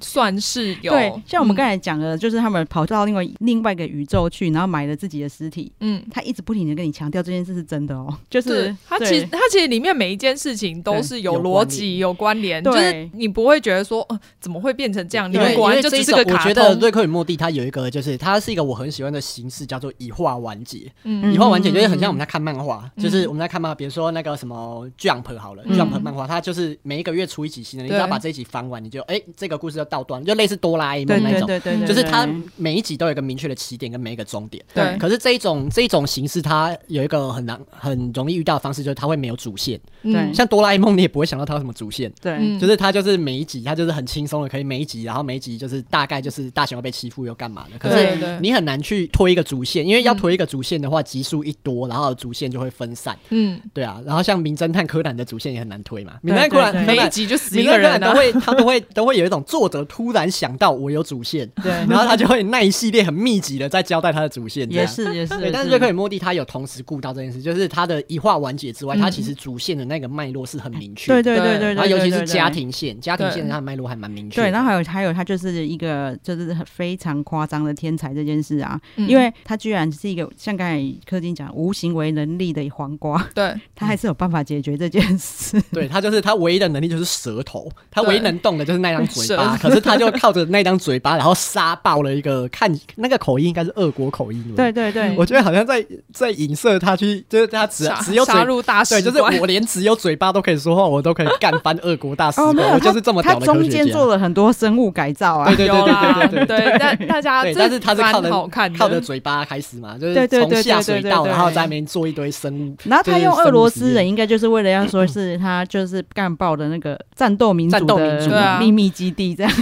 算是有嗯
对，像我们刚
才、
才讲的，就是他们跑到另外另外一个宇宙去，然后买了自己的尸体。
嗯
他一直不停的跟你强调这件事是真的哦，就是
是他
对
其实他其实里面每一件事情都是有逻辑、有关联，
对
就是你不会觉得说、呃、怎么会变成
啊
这样，你
因为
们果然
因为
就
这
只
一
是
种
个
我
卡
觉
通。
得《瑞克与莫蒂》它有一个，就是它是一个我很喜欢的形式，叫做以画完结。
嗯
以画完结就是很像我们在看漫画，
嗯
就是我们在看漫画，比如说那个什么 Jump 好了、
嗯
j u m p 漫画它就是每一个月出一集新的，你
对
只要把这一集翻完，你就哎、这个故事就到段，就类似哆啦 A
对
梦那
对
种。
嗯对对对，
就是
对
它每一集都有一个明确的起点跟每一个终点，
对
可是这一种这一种形式，它有一个很难很容易遇到的方式，就是它会没有主线。
对
像哆啦 A 梦，你也不会想到它有什么主线，
对。
嗯
嗯就是它就是每一集，它就是很轻松的，可以每一集，然后每一集就是大概就是大雄要被欺负又干嘛的。可是
对对
你很难去推一个主线，因为要推一个主线的话，集数一多，然后主线就会分散，
嗯
对啊。然后像名侦探柯南的主线也很难推嘛，名
对
侦探柯南
对
柯
每一
南。
集就死
名
一
侦探
个
柯
人
南都
啊，
会，他都会都会有一种作者突然想到我有主线，
对
然后他就会那一系列很密集的在交代他的主线，这
也
样
是也是，
对，但是
也
瑞克与莫蒂他有同时顾到这件事，就是他的一话完结之外，他其实主线的那个脉络是很明确
对
的，
对对
对
对，
然后
对
尤其
对
是
对
家庭线，家庭
对
线它的脉络还蛮明确的。
对，然后还有还有他就是一个就是很非常夸张的天才这件事啊，
嗯
因为他居然是一个像刚才柯金讲无行为能力的黄瓜，
对
他还是有办法解决这件事。
对他就是他唯一的能力就是舌头，他唯一能动的就是那张嘴巴，
舌
可是他就靠着那张嘴巴，然后杀爆了一个看那个口音应该是俄国口音，
对，对对，
我觉得好像在在影射他去，就是他只
杀
只有嘴
杀。入大使
对，就是
馆
我连只有嘴巴都可以说话，我都可以干翻俄国大使
哦
馆，
没有，他
我就是这么
他
屌的科
中
学
间
家。
做了很多生物改造啊
对，对对
有
对
啦
对对对
对，但大家
对，
这
但是他是靠
蛮好
能
看
靠着
的。
嘴巴开始嘛，就
对
是
对
从
对
下
对对
水
对
道，
对
然后在那边做一堆生物
然后他
就是
用
生物
俄罗
实
斯
验
人，应该就是为了要说是他就是干爆的那个嗯战斗民族
战斗民族
啊
的秘密基地 这样。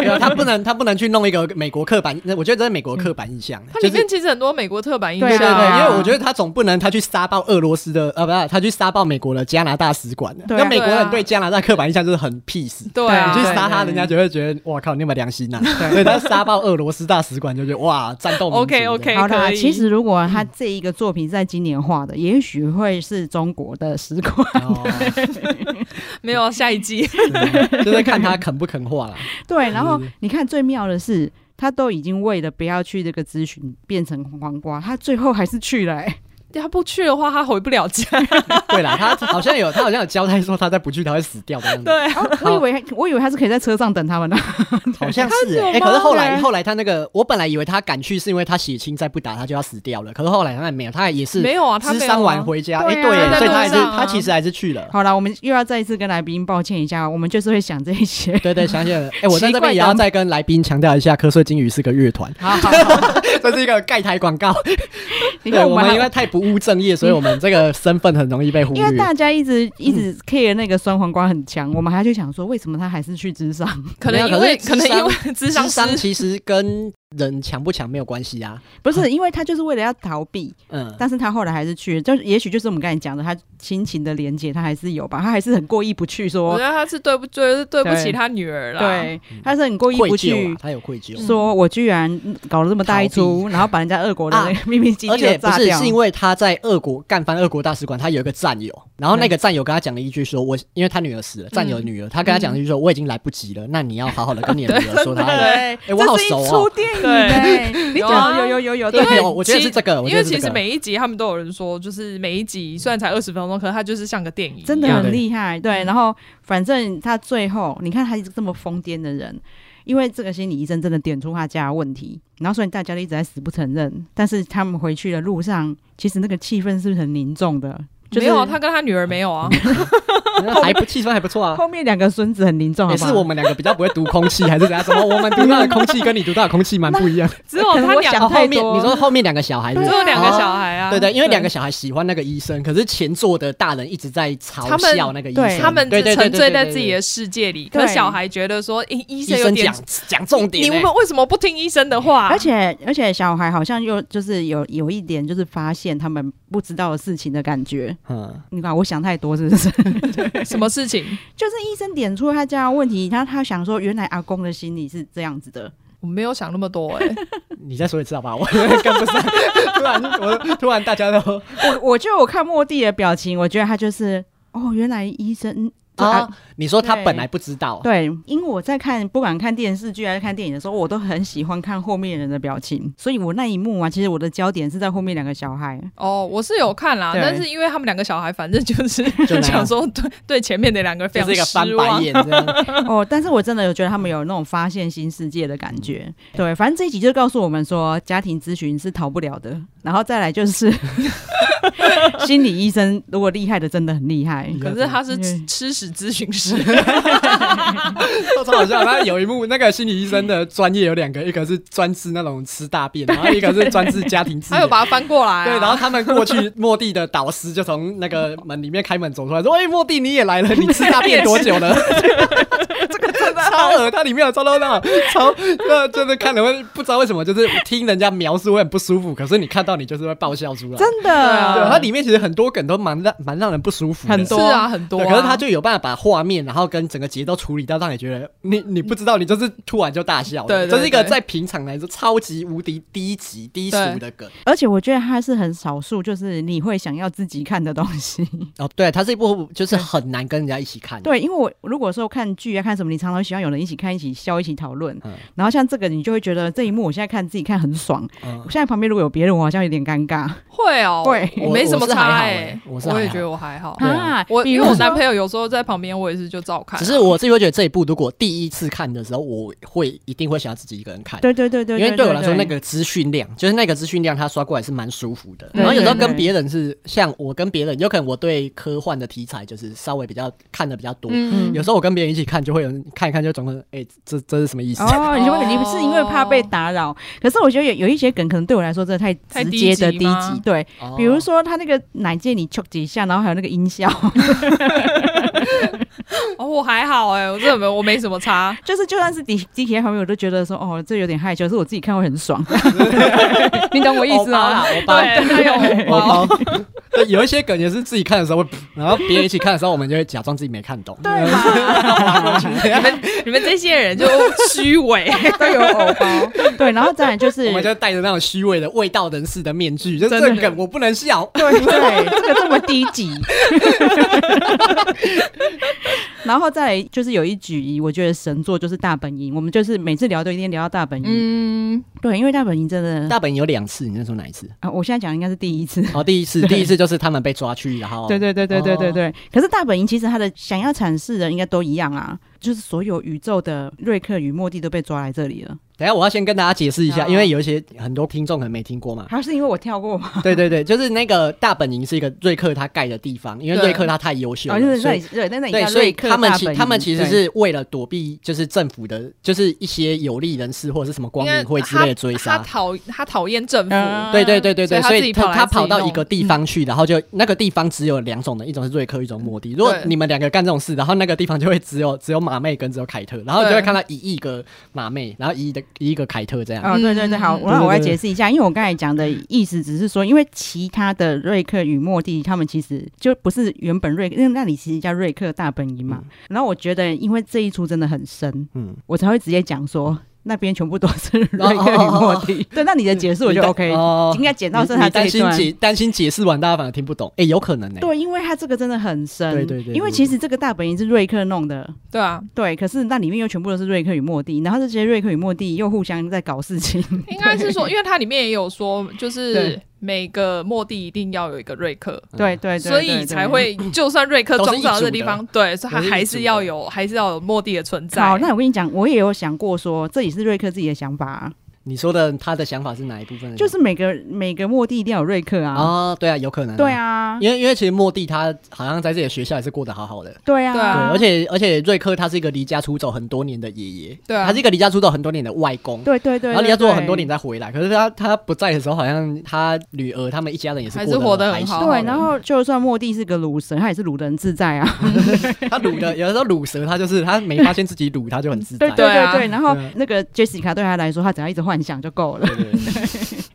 没有，他不能，他不能去弄一个美国刻板，那我觉得这是美国刻板印象。
它嗯
就
里
是
面其实很多美国特版印象，
对
对对对，
啊
因为我觉得他总不能他去杀爆俄罗斯的，呃，不是，他去杀爆美国的加拿大使馆的。
对啊
那美国
对啊
人对加拿大刻板印象就是很 peace，
对啊，
你去
对
杀他，人家就会觉得哇靠，你有没有良心呐？
啊
所以他杀爆俄罗斯大使馆就觉得哇，战斗民族
OK，OK
好啦，
可以
其实如果他这一个作品是在今年画的，也许会是中国的使馆。
哦
没有下一季，
对就是看他肯不肯画啦。
对，然后
对对
你看最妙的是，他都已经为了不要去这个咨询变成黄瓜，他最后还是去了、欸。
他不去的话，他回不了家。
对啦，他好像有，他好像有交代说他再不去他会死掉的样子，
对，
我以为我以为他是可以在车上等他们的，
好像是
他有
哎。可是
吗
后来
对
后来他那个，我本来以为他敢去是因为他血清再不打他就要死掉了，可是后来他没有，他也是
没有啊，他
智
没有
商
啊
完回家，哎
对啊
对耶，
他在
所以他还
路
是
上啊
他其实还是去 了。
好了，我们又要再一次跟来宾抱歉一下，我们就是会想这一 些。
对对，想起来了。哎、我在
奇
这
怪
边也
的
要再跟来宾强调一下，瞌睡金鱼是个乐团，
好好好，
这是一个盖台广告。
你
对，
看
我
们
们
还
因为太不务正业，所以我们这个身份很容易被 忽
因为
略。
大家一直一直 care 那个酸黄瓜很强，我们还去想说为什么他还是去智商？
可
没
能
有
因为
可
可能
是智商
因为智商
智商
师
其实跟人强不强没有关系啊。
不是，因为他就是为了要逃避，
嗯，
但是他后来还是去了，就是也许就是我们刚才讲的，他亲情的连接他还是有吧，他还是很过意不去
我
说，
觉得他是对不对对不起
对
他女儿啦。，嗯
对，他是很过意
嗯愧
不
疚
去
啊，。他有愧疚。
说我居然搞了这么大一出，然后把人家俄国的那个秘密基
啊而
地都
且不
炸
是，
掉
是，因为他在俄国干翻俄国大使馆，他有一个战友，然后那个战友跟他讲了一句说：“我因为他女儿死了，战友的女儿，他跟他讲了一句说我已经来不及了，那你要好好的跟你的女儿说他爱你。”
对，
哎，我好熟哦。
电影
对
哎，你
有
讲
啊
有有有有，
对，
对
没有我觉得
其
是这个，我
因
觉
为
得是
其
这
实
个。
每一集他们都有人说，就是每一集虽然才二十分钟，可是它就是像个电影一样，
真的
对
很厉害。对，然后反正他最后，你看他一个这么疯癫的人，因为这个心理医生真的点出他家的问题，然后所以大家都一直在死不承认。但是他们回去的路上，其实那个气氛是不是很凝重的？就是、
没有啊，他跟他女儿没有 啊，
那还不气氛还不错啊。
后面两个孙子很凝重好
也
不好，
是我们两个比较不会读空气，还是怎样？什么？我们读到的空气跟你读到的空气蛮不一样。
只有
可能
他
我
两
想
哦，
太
后面
多
你说后面两个小孩子，
只有两个
哦
小孩啊，
对对，因为两个小孩喜欢那个医生，可是前座的大人一直在嘲
他们
笑那个医
对
生，
他们
对对
只
对
沉
对
醉
对
在
对
自己的世界里，
对
可小孩觉得说，诶医
医
生有
生
点
讲讲重点
你
欸，
们为什么不听医生的话？
而且而且小孩好像又就是有有一点就是发现他们不知道的事情的感觉。
嗯，
你看我想太多是不 是？
什么事情？
就是医生点出他家的问题，他他想说原来阿公的心理是这样子的，
我没有想那么多哎、
你再说一次好 不好？我跟不上，突然我突然大家
哦
都
我我觉得我看莫蒂的表情，我觉得他就是哦，原来医生这
啊
啊，，
你说他
对
本来不知道，
对，因为我在看不管看电视剧还是看电影的时候，我都很喜欢看后面人的表情，所以我那一幕啊，其实我的焦点是在后面两个小孩。
哦，我是有看啦，
对
但是因为他们两个小孩，反正就是
就那
想
样
说对对前面的两个非常
这是一个翻
失
白
望。
眼 这样。
哦，但是我真的有觉得他们有那种发现新世界的感觉。对，反正这一集就告诉我们说，家庭咨询是逃不了的，然后再来就是心理医生，如果厉害的真的很厉害。
嗯
可是他是
对
吃屎咨询师，
超超好笑。然后有一幕，那个心理医生的专业有两个，一个是专治那种吃大便，然后一个是专治家庭治
还有
疗。
把它翻过来、
哎
啊。
对，然后他们过去，莫蒂的导师就从那个门里面开门走出来，说：“哎，莫蒂你也来了，你吃大便多久了？”这个超 恶，它里面有超多那种超，那就是看了会不知道为什么，就是听人家描述会很不舒服，可是你看到你就是会爆笑出来。
真
对，啊
的，啊
它里面其实很多梗都蛮让蛮让人不舒服的，
很多
是啊，很多
对，
啊、
可 是他就有办法把画面，然后跟整个节奏处理到，让你觉得你你不知道，你就是突然就大笑了。
对对
这是一个
对
在平常来说超级无敌低级低俗
对
的梗。
而且我觉得他是很少数，就是你会想要自己看的东西。
哦，对，它是一部就是很难跟人家一起看。，
对，因为我如果说看剧啊看什么，你常常喜欢有人一起看、一起笑、一起讨论。
嗯
然后像这个，你就会 觉得这一幕我现在看自己看很爽，
嗯
我现在旁边如果有别人，我好像有点尴尬。
会哦，
会
我我没什么
我是还
差
好
哎
欸、我是
我也
还
觉得我还好。
对啊
啊，
我
比
因
如
为我
说
男朋友有时候在旁边，我也是就照看啊。
只是我自己会觉得这一部，如果第一次看的时候，我会一定会想要自己一个人看。
对对对对，
因为
对
对我来说，那个资讯量就是那个资讯量，它刷过来是蛮舒服的。
对
然后有时候
对对
跟别人是像我跟别人，有可能我对科幻的题材就是稍微比较看的比较多。
嗯
有时候我跟别人一起看，就会有人看一看就总会哎，这这是什么意思？
哦，你说你是因为怕被打扰，可是我觉得有有一些梗可能对我来说真的太
太
直接的
低
低
级吗
级，对，
哦
比如说他那个奶戒你 choke 几下，然后还有那个音效，。
哦，我还好哎、我真的没我没什么差
就是就算是地地铁在旁边，我都觉得说哦，这有点害羞，是我自己看会很爽。
你懂我
我
意思 吗？
我包啦，
对，他有
我
包。
包。啊哦对有一些梗也是自己看的时候会，然后别人一起看的时候，我们就会假装自己没看懂。对
你们你们这些人就虚 伪，
都有偶包， 对，然后再来就是
我们就戴着那种虚伪的味道人士的面具，就是这个梗我不能 笑。
对对，这个这么低级。 然后再来就是有一举一，我觉得神作就是大本营，我们就是每次聊都一定聊到大本营，
嗯，
对，因为大本营真的
大本营有两次，你那时候哪一次？
啊，我现在讲应该是第一次。
哦，第一次，第一次就是他们被抓去，然后
对对对对对对
哦
对，可是大本营其实它的想要阐释的应该都一样啊，就是所有宇宙的瑞克与莫蒂都被抓来这里了。
等一下我要先跟大家解释一下，
好
因为有一些很多听众可能没听过 嘛。
还是因为我跳过嘛，
对对对，就是那个大本营是一个瑞克他盖的地方，因为
对
瑞克他太优秀
哦，就是
了，
那
所
里
以。
对，那里
对，
叫
所以
瑞克
他们
大
其
本营
他们其实
对
是为了躲避，就是政府的，就是一些有利人士或者是什么光
应该
明会之类的追
他
杀。
讨他讨厌政府，
嗯
对对对对对，
所
所
以他自己
以
跑
他
来
他
自己
跑到一
弄
个地方去，然后就那个地方只有两种人，一种是瑞克，一种莫蒂。如果
对
你们两个干这种事，然后那个地方就会只有只有马妹跟只有凯特，然后就
对
会看到一亿个马妹，然后一亿的一亿个凯特这样。
哦，对对对，好，
嗯
我那我来解释一下，因为我刚才讲的意思只是说，因为其他的瑞克与莫蒂他们其实就不是原本瑞克，因为那里其实叫瑞克大本营嘛。然后我觉得，因为这一出真的很深，
嗯，
我才会直接讲说那边全部都是瑞克与莫蒂。哦 对，那你的解释我就 OK，
哦
应该剪到剩
你
下
你
这
担
一
心
段。
解担心解释完，大家反而听不懂。哎，有可能呢。
对，因为它这个真的很深，
对对对对
因为其实这个大本营是瑞克弄的，
对啊，
对，可是那里面又全部都是瑞克与莫蒂，然后这些瑞克与莫蒂又互相在搞事情，
应该是说，因为它里面也有说，就是
对
每个末地一定要有一个瑞克。
对对对对，
嗯所以
对
才会，就算瑞克
都是
装上
一
这
组
地
的
方，对，所以他
都是一
还
组
是
的
要有，还是要有末地的存在。
好，那我跟你讲，我也有想过说，这也是瑞克自己的想法、啊，
你说的他的想法是哪一部
嗯
分呢？
就是每个每个末地一定要有瑞克
哦
啊，
啊，对啊，有可能。
对，啊，
嗯
因为因为其实莫蒂他好像在自己的学校也是过得好好的。
对啊，
对
对，
啊
而且而且瑞克他是一个离家出走很多年的爷爷，
对啊
他是一个离家出走很多年的外公，
对对对，
然后离家出走很多年
的。
再回来。可是他他不在的时候，好像他女儿他们一家人也是
还是
过
活得
得
很
还
好
对，然后就算莫蒂是个鲁神，他也是鲁人自在啊。
他卤的，有的时候卤蛇，他就是他没发现自己卤，他就很自在
对。对
对啊
对对，然后
对啊
那个 Jessica 对他来说，他只要一直幻想就够了。
对对 对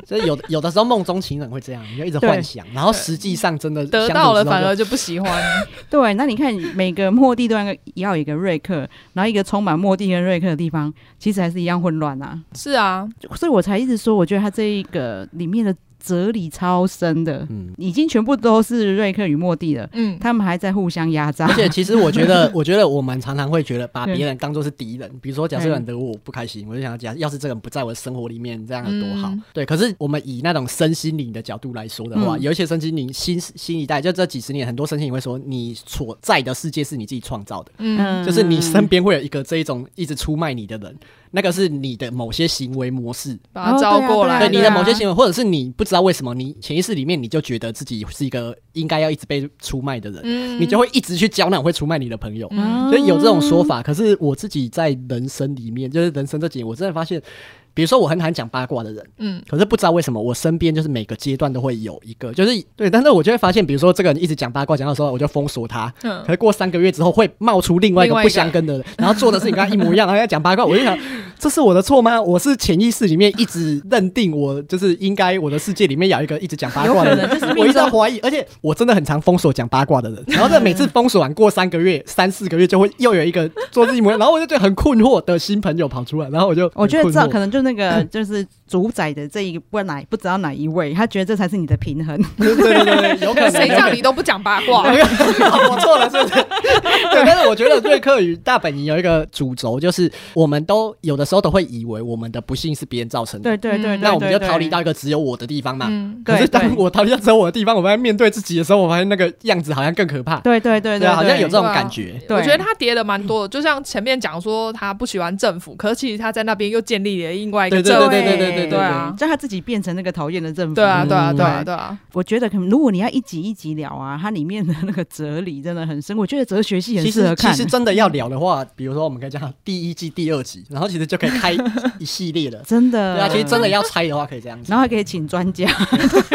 所以有的有的时候梦中情人会这样，你就一直
对
幻想，然后实际上真的
得
相处
到了
之后
反
就
而就不喜 欢。
对，那你看每个末地都要一个要有一个瑞克，然后一个充满末地跟瑞克的地方，其实还是一样混乱啊。
是啊，
所以我才一直说，我觉得他这一个里面的哲理超深的，
嗯。
已经全部都是瑞克与莫蒂了。
嗯，
他们还在互相压榨
而。且其实我 觉得，我觉得我们常常会觉得把
对
别人当做是敌人，比如说假设有人惹我不开心，我就想假要是这个人不在我的生活里面，这样有多好。
嗯
对，可是我们以那种身心灵的角度来说的话，
嗯
有一些身心灵新新一代，就这几十年很多身心灵会说，你所在的世界是你自己创造的，
嗯，
就是你身边会有一个这一种一直出卖你的人，那个是你的某些行为模式，
把他
哦
招
对啊
过
对啊
来，
对你的某些
啊
行为，或者是你不知道为什么，你潜意识里面你就觉得自己是一个应该要一直被出卖的人，
嗯
你就会一直去交那种会出卖你的朋友。
嗯
所以有这种说法，可是我自己在人生里面，就是人生这几年，我真的发现，比如说我很常讲八卦的人，
嗯，
可是不知道为什么我身边就是每个阶段都会有一个，就是对，但是我就会发现，比如说这个人一直讲八卦，讲到时候我就封锁他，
嗯
可是过三个月之后会冒出另外一
另
个
外一
不
个
相干的人，然后做的事情跟他一模一样， 然后要讲八卦，我就想，这是我的错吗？我是潜意识里面一直认定我就是应该我的世界里面有一个一直讲八卦的
有可能就是
人，
命中
我一直在怀疑，而且我真的很常封锁讲八卦的人，然后这每次封锁完过三个月、三四个月就会又有一个做自己模样，然后我就觉得很困惑的新朋友跑出来，然后我就
我觉得
很
这
困惑
可能就那个就是主宰的这一个，不管哪不知道哪一位，他觉得这才是你的平衡。
对对对，有可 能。
谁叫你都不讲八 卦？
我错了，是不是？ 对，但是我觉得瑞克与大本营有一个主轴，就是我们都有的时候都会以为我们的不幸是别人造成的，
对对对对，
那我们就逃离
到。
到一个只有我的地方嘛。
嗯，
可
对
是当
对
我逃离到只有我的地方，我发现面对自己的时候，我发现那个样子好像更可怕。
对对对
对啊，好像有这种
对啊
感觉。
对
我觉得他跌的蛮多的，就像前面讲说他不喜欢政府，可是其实他在那边又建立了另外一个
对对
政
对
府。
对对对对
对啊，
叫他自己变成那个讨厌的政府。
对啊，对啊，
嗯
对啊，对啊，
我觉得可能如果你要一集一集聊啊，它里面的那个哲理真的很深，我觉得哲学系
其
很适
实
合
其
看。
实真的要聊的话，比如说我们可以讲第一季、第二集，然后其实就可以开一系 列的。
真
对
的，
啊，其实真的要猜的话可以这样子
然。后还可以请专 家，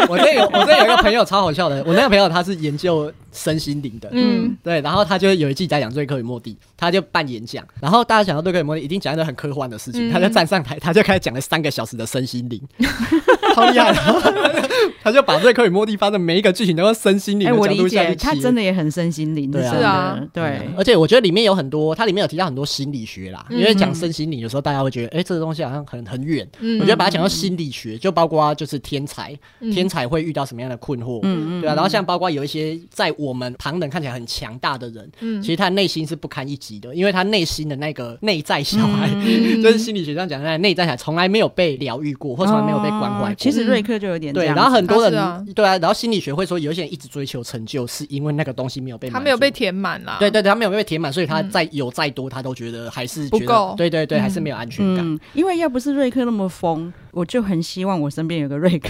我这有我这有一个朋友超好笑的，我那个朋友他是研究身心灵的，
嗯，
对，然后他就有一季在讲《瑞克与莫蒂》，他就办演讲，然后大家想到《瑞克与莫蒂》一定讲一堆很科幻的事
嗯
情，他就站上台，他就开始讲了三个小时的身心灵，超厉害的， 他就把《瑞克与莫蒂》发的每一个剧情都用身心灵
哎，
的
我
角
理
度下去
解，
切
他真的也很身心灵，
对啊嗯
真的
是啊
对，
而且我觉得里面有很多，它里面有提到很多心理学啦，因为
嗯
讲身心灵，有时候大家会觉得，哎、这个东西好像很很远。
嗯
我觉得把它讲到心理学，就包括就是天才，天才会遇到什么样的困惑，
嗯嗯嗯，
对啊。然后像包括有一些在我们旁人看起来很强大的人，
嗯
其实他内心是不堪一击的，因为他内心的那个内在小孩，
嗯
就是心理学上讲的那内在小孩，从来没有被疗愈过，或从来没有被关怀
哦
过。
其实
嗯
瑞克就有点这
对，
样，
然后很多人、
啊
对啊，然后心理学会说，有一些人一直追求成就，是因为那个东西没有被
他
满
没有
足
被填满啦。
对对对，他没有被填满，所以他再有再多，他都觉得还是
嗯不
觉得
够
对对对，还是没有安全感。
嗯，因为要不是瑞克那么疯，我就很希望我身边有个瑞克。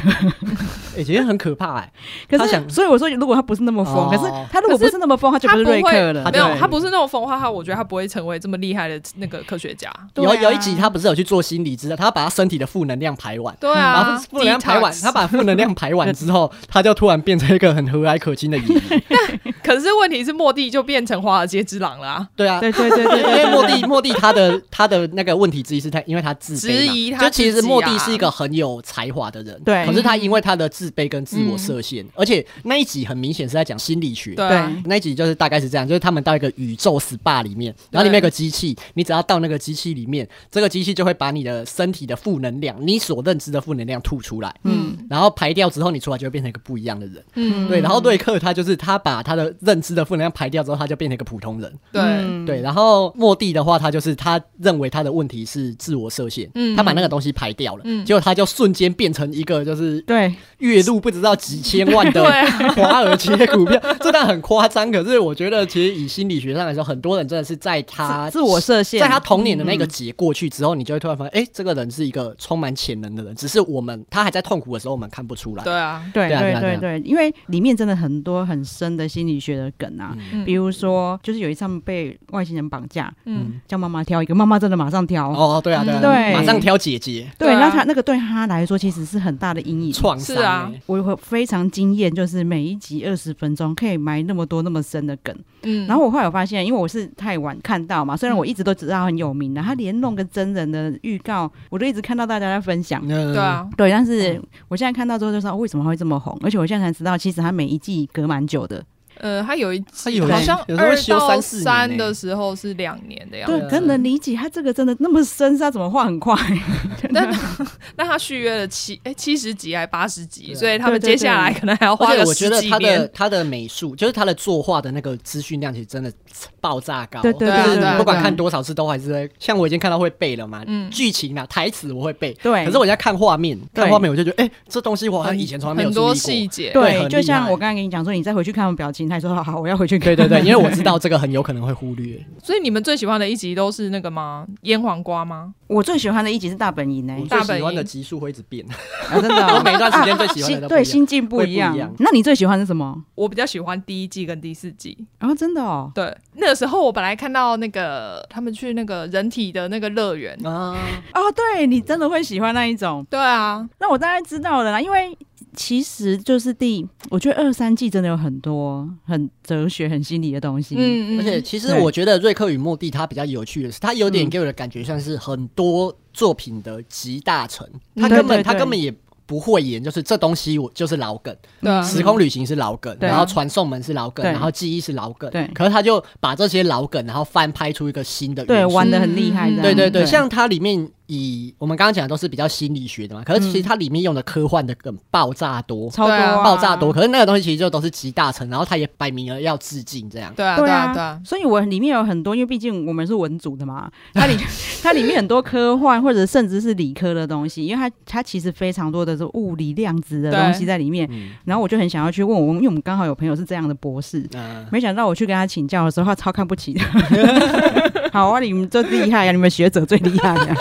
哎，其实很可怕哎。
可
他
是，
想
所以我说，如果他不是那么疯，
哦
可是他如果不是那么疯，他就
他
是
不
瑞克
会
了。
没有，
对
他不是那种疯话，他我觉得他不会成为这么厉害的那个科学家。
对
有
啊
有一集他不是有去做心理治疗，他把他身体的负能量排完。
对
把
啊，
负能量排完，
detox
他把负能量排完之后，他就突然变成一个很和蔼可亲 的爷爷。
可是问题是，莫蒂就变成华尔街之狼了、啊。
对啊，
对对对对
因
对
为莫蒂莫蒂他的他的那个问题之一是他，因为他自卑嘛
质疑他
就其
自
实
己
莫蒂
啊
是一个很有才华的人，
对
可是他因为他的自卑跟自
嗯
我设限，而且那一集很明显是在讲心理学，
对啊
对，
那一集就是大概是这样，就是他们到一个宇宙 SPA 里面，然后里面有个机器，你只要到那个机器里面，这个机器就会把你的身体的负能量，你所认知的负能量吐出来，
嗯，
然后排掉之后，你出来就会变成一个不一样的人。
嗯，
对，然后瑞克他就是他把他的认知的负能量排掉之后，他就变成一个普通人。
对，
嗯
对，然后莫蒂的话，他就是他认为他的问题是自我设限，
嗯
他把那个东西排掉了，
嗯
结果他就瞬间变成一个就是
对，
月入不知道几千万的华尔街股票，这当然很夸张。可是我觉得，其实以心理学上来说，很多人真的是在他
自自我设限，
在他童年的那个节过去之后，你就会突然发现，哎、这个人是一个充满潜能的人，只是我们他还在痛苦的时候，我们看不出来。
对啊，
对
对啊对啊
对
对啊
对对，因为里面真的很多很深的心理学的梗啊，
嗯
比如说就是有一次他们被外星人绑架，
嗯，
叫妈妈挑一个，妈妈真的马上挑，
哦，对啊，对啊，
嗯
对
马上挑姐姐
对，
对啊
那他那个对他来说其实是很大的阴影。
创伤、
是啊
哎
我会非常惊艳，就是每一集二十分钟可以埋那么多那么深的梗。
嗯，
然后我后来有发现，因为我是太晚看到嘛，虽然我一直都知道很有名的，他连弄个真人的预告，我都一直看到大家在分享。
嗯
对啊，
对，但是我现在看到之后就知道为什么会这么红，而且我现在才知道，其实他每一季隔蛮久的。
呃，他有一
他有
好像
有时候
二
会修
到
三四
三
年呢欸
的时候是两年的样
对
子，，
对
可能理解他这个真的那么深，是他怎么画 很快？
但那他续约了七哎七十集还八十集，
对啊
所以他们
对对
接下来可能还要花
而且
个
我觉
十
得
几
他的
年。
他的美术，就是他的作画的那个资讯量，其实真的爆炸高。
对对
对啊
就是
对对
你不管
对
看多少次，都还是会像我已经看到会背了嘛。
嗯
剧情啊，台词我会背，
对
可是我在看画面，
对
看画面我就觉得，哎，这东西我好像以前从来没有
很
注意过
多。细节，
对
对，
很厉
就像
害
我刚才跟你讲说，你再回去看我表情，他也说好好，我要回去看。
对对对，因为我知道这个很有可能会忽略。
所以你们最喜欢的一集都是那个吗？腌黄瓜吗？
我最喜欢的一集是大本营呢、
我
大
最
本
喜欢的
营
集数会一直 变，
啊真的哦、
我每一段时间最喜欢
心
的都 不一
啊对
样
心境不
会
一
不一
样
样。
那你最喜欢的是什么？
我比较喜欢第一季跟第四季。
啊，真的哦，
对，那个时候我本来看到那个他们去那个人体的那个乐园，
啊，
哦，对你真的会喜欢那一种。
对啊，
那我大概知道了啦，因为其实就是第，我觉得二三季真的有很多很哲学、很心理的东西。嗯，
嗯嗯，
而且其实
对
我觉得《瑞克与莫蒂》它比较有趣的是，它有点
嗯
给我的感觉像是很多作品的集大成，它
对
根本
嗯对
它
对
根本也不会演，就是这东西我就是老梗，
对啊
时空旅行是老梗，
嗯对
然后传送门是老梗，
对
然后记忆是老梗，
对
可是他就把这些老梗，然后翻拍出一个新的
对，
元素
玩的很厉害的、
嗯
对对
对
对，像它里面以我们刚刚讲的都是比较心理学的嘛，可是其
嗯
实它里面用的科幻的梗爆炸多，
超多、
对啊
啊、
爆炸多，可是那个东西其实就都是集大成，然后它也摆明了要致敬这样。
对啊，
对
啊，
啊，
对啊，
所以我里面有很多，因为毕竟我们是文组 的嘛，它里它里面很多科幻或者甚至是理科的东西，因为它它其实非常多的是物理量子的东西在里面。
嗯
然后我就很想要去问我，因为我们刚好有朋友是这样的博士，
嗯，
没想到我去跟他请教的时候，他超看不起的。 好啊，你们最厉害呀、你们学者最厉害呀、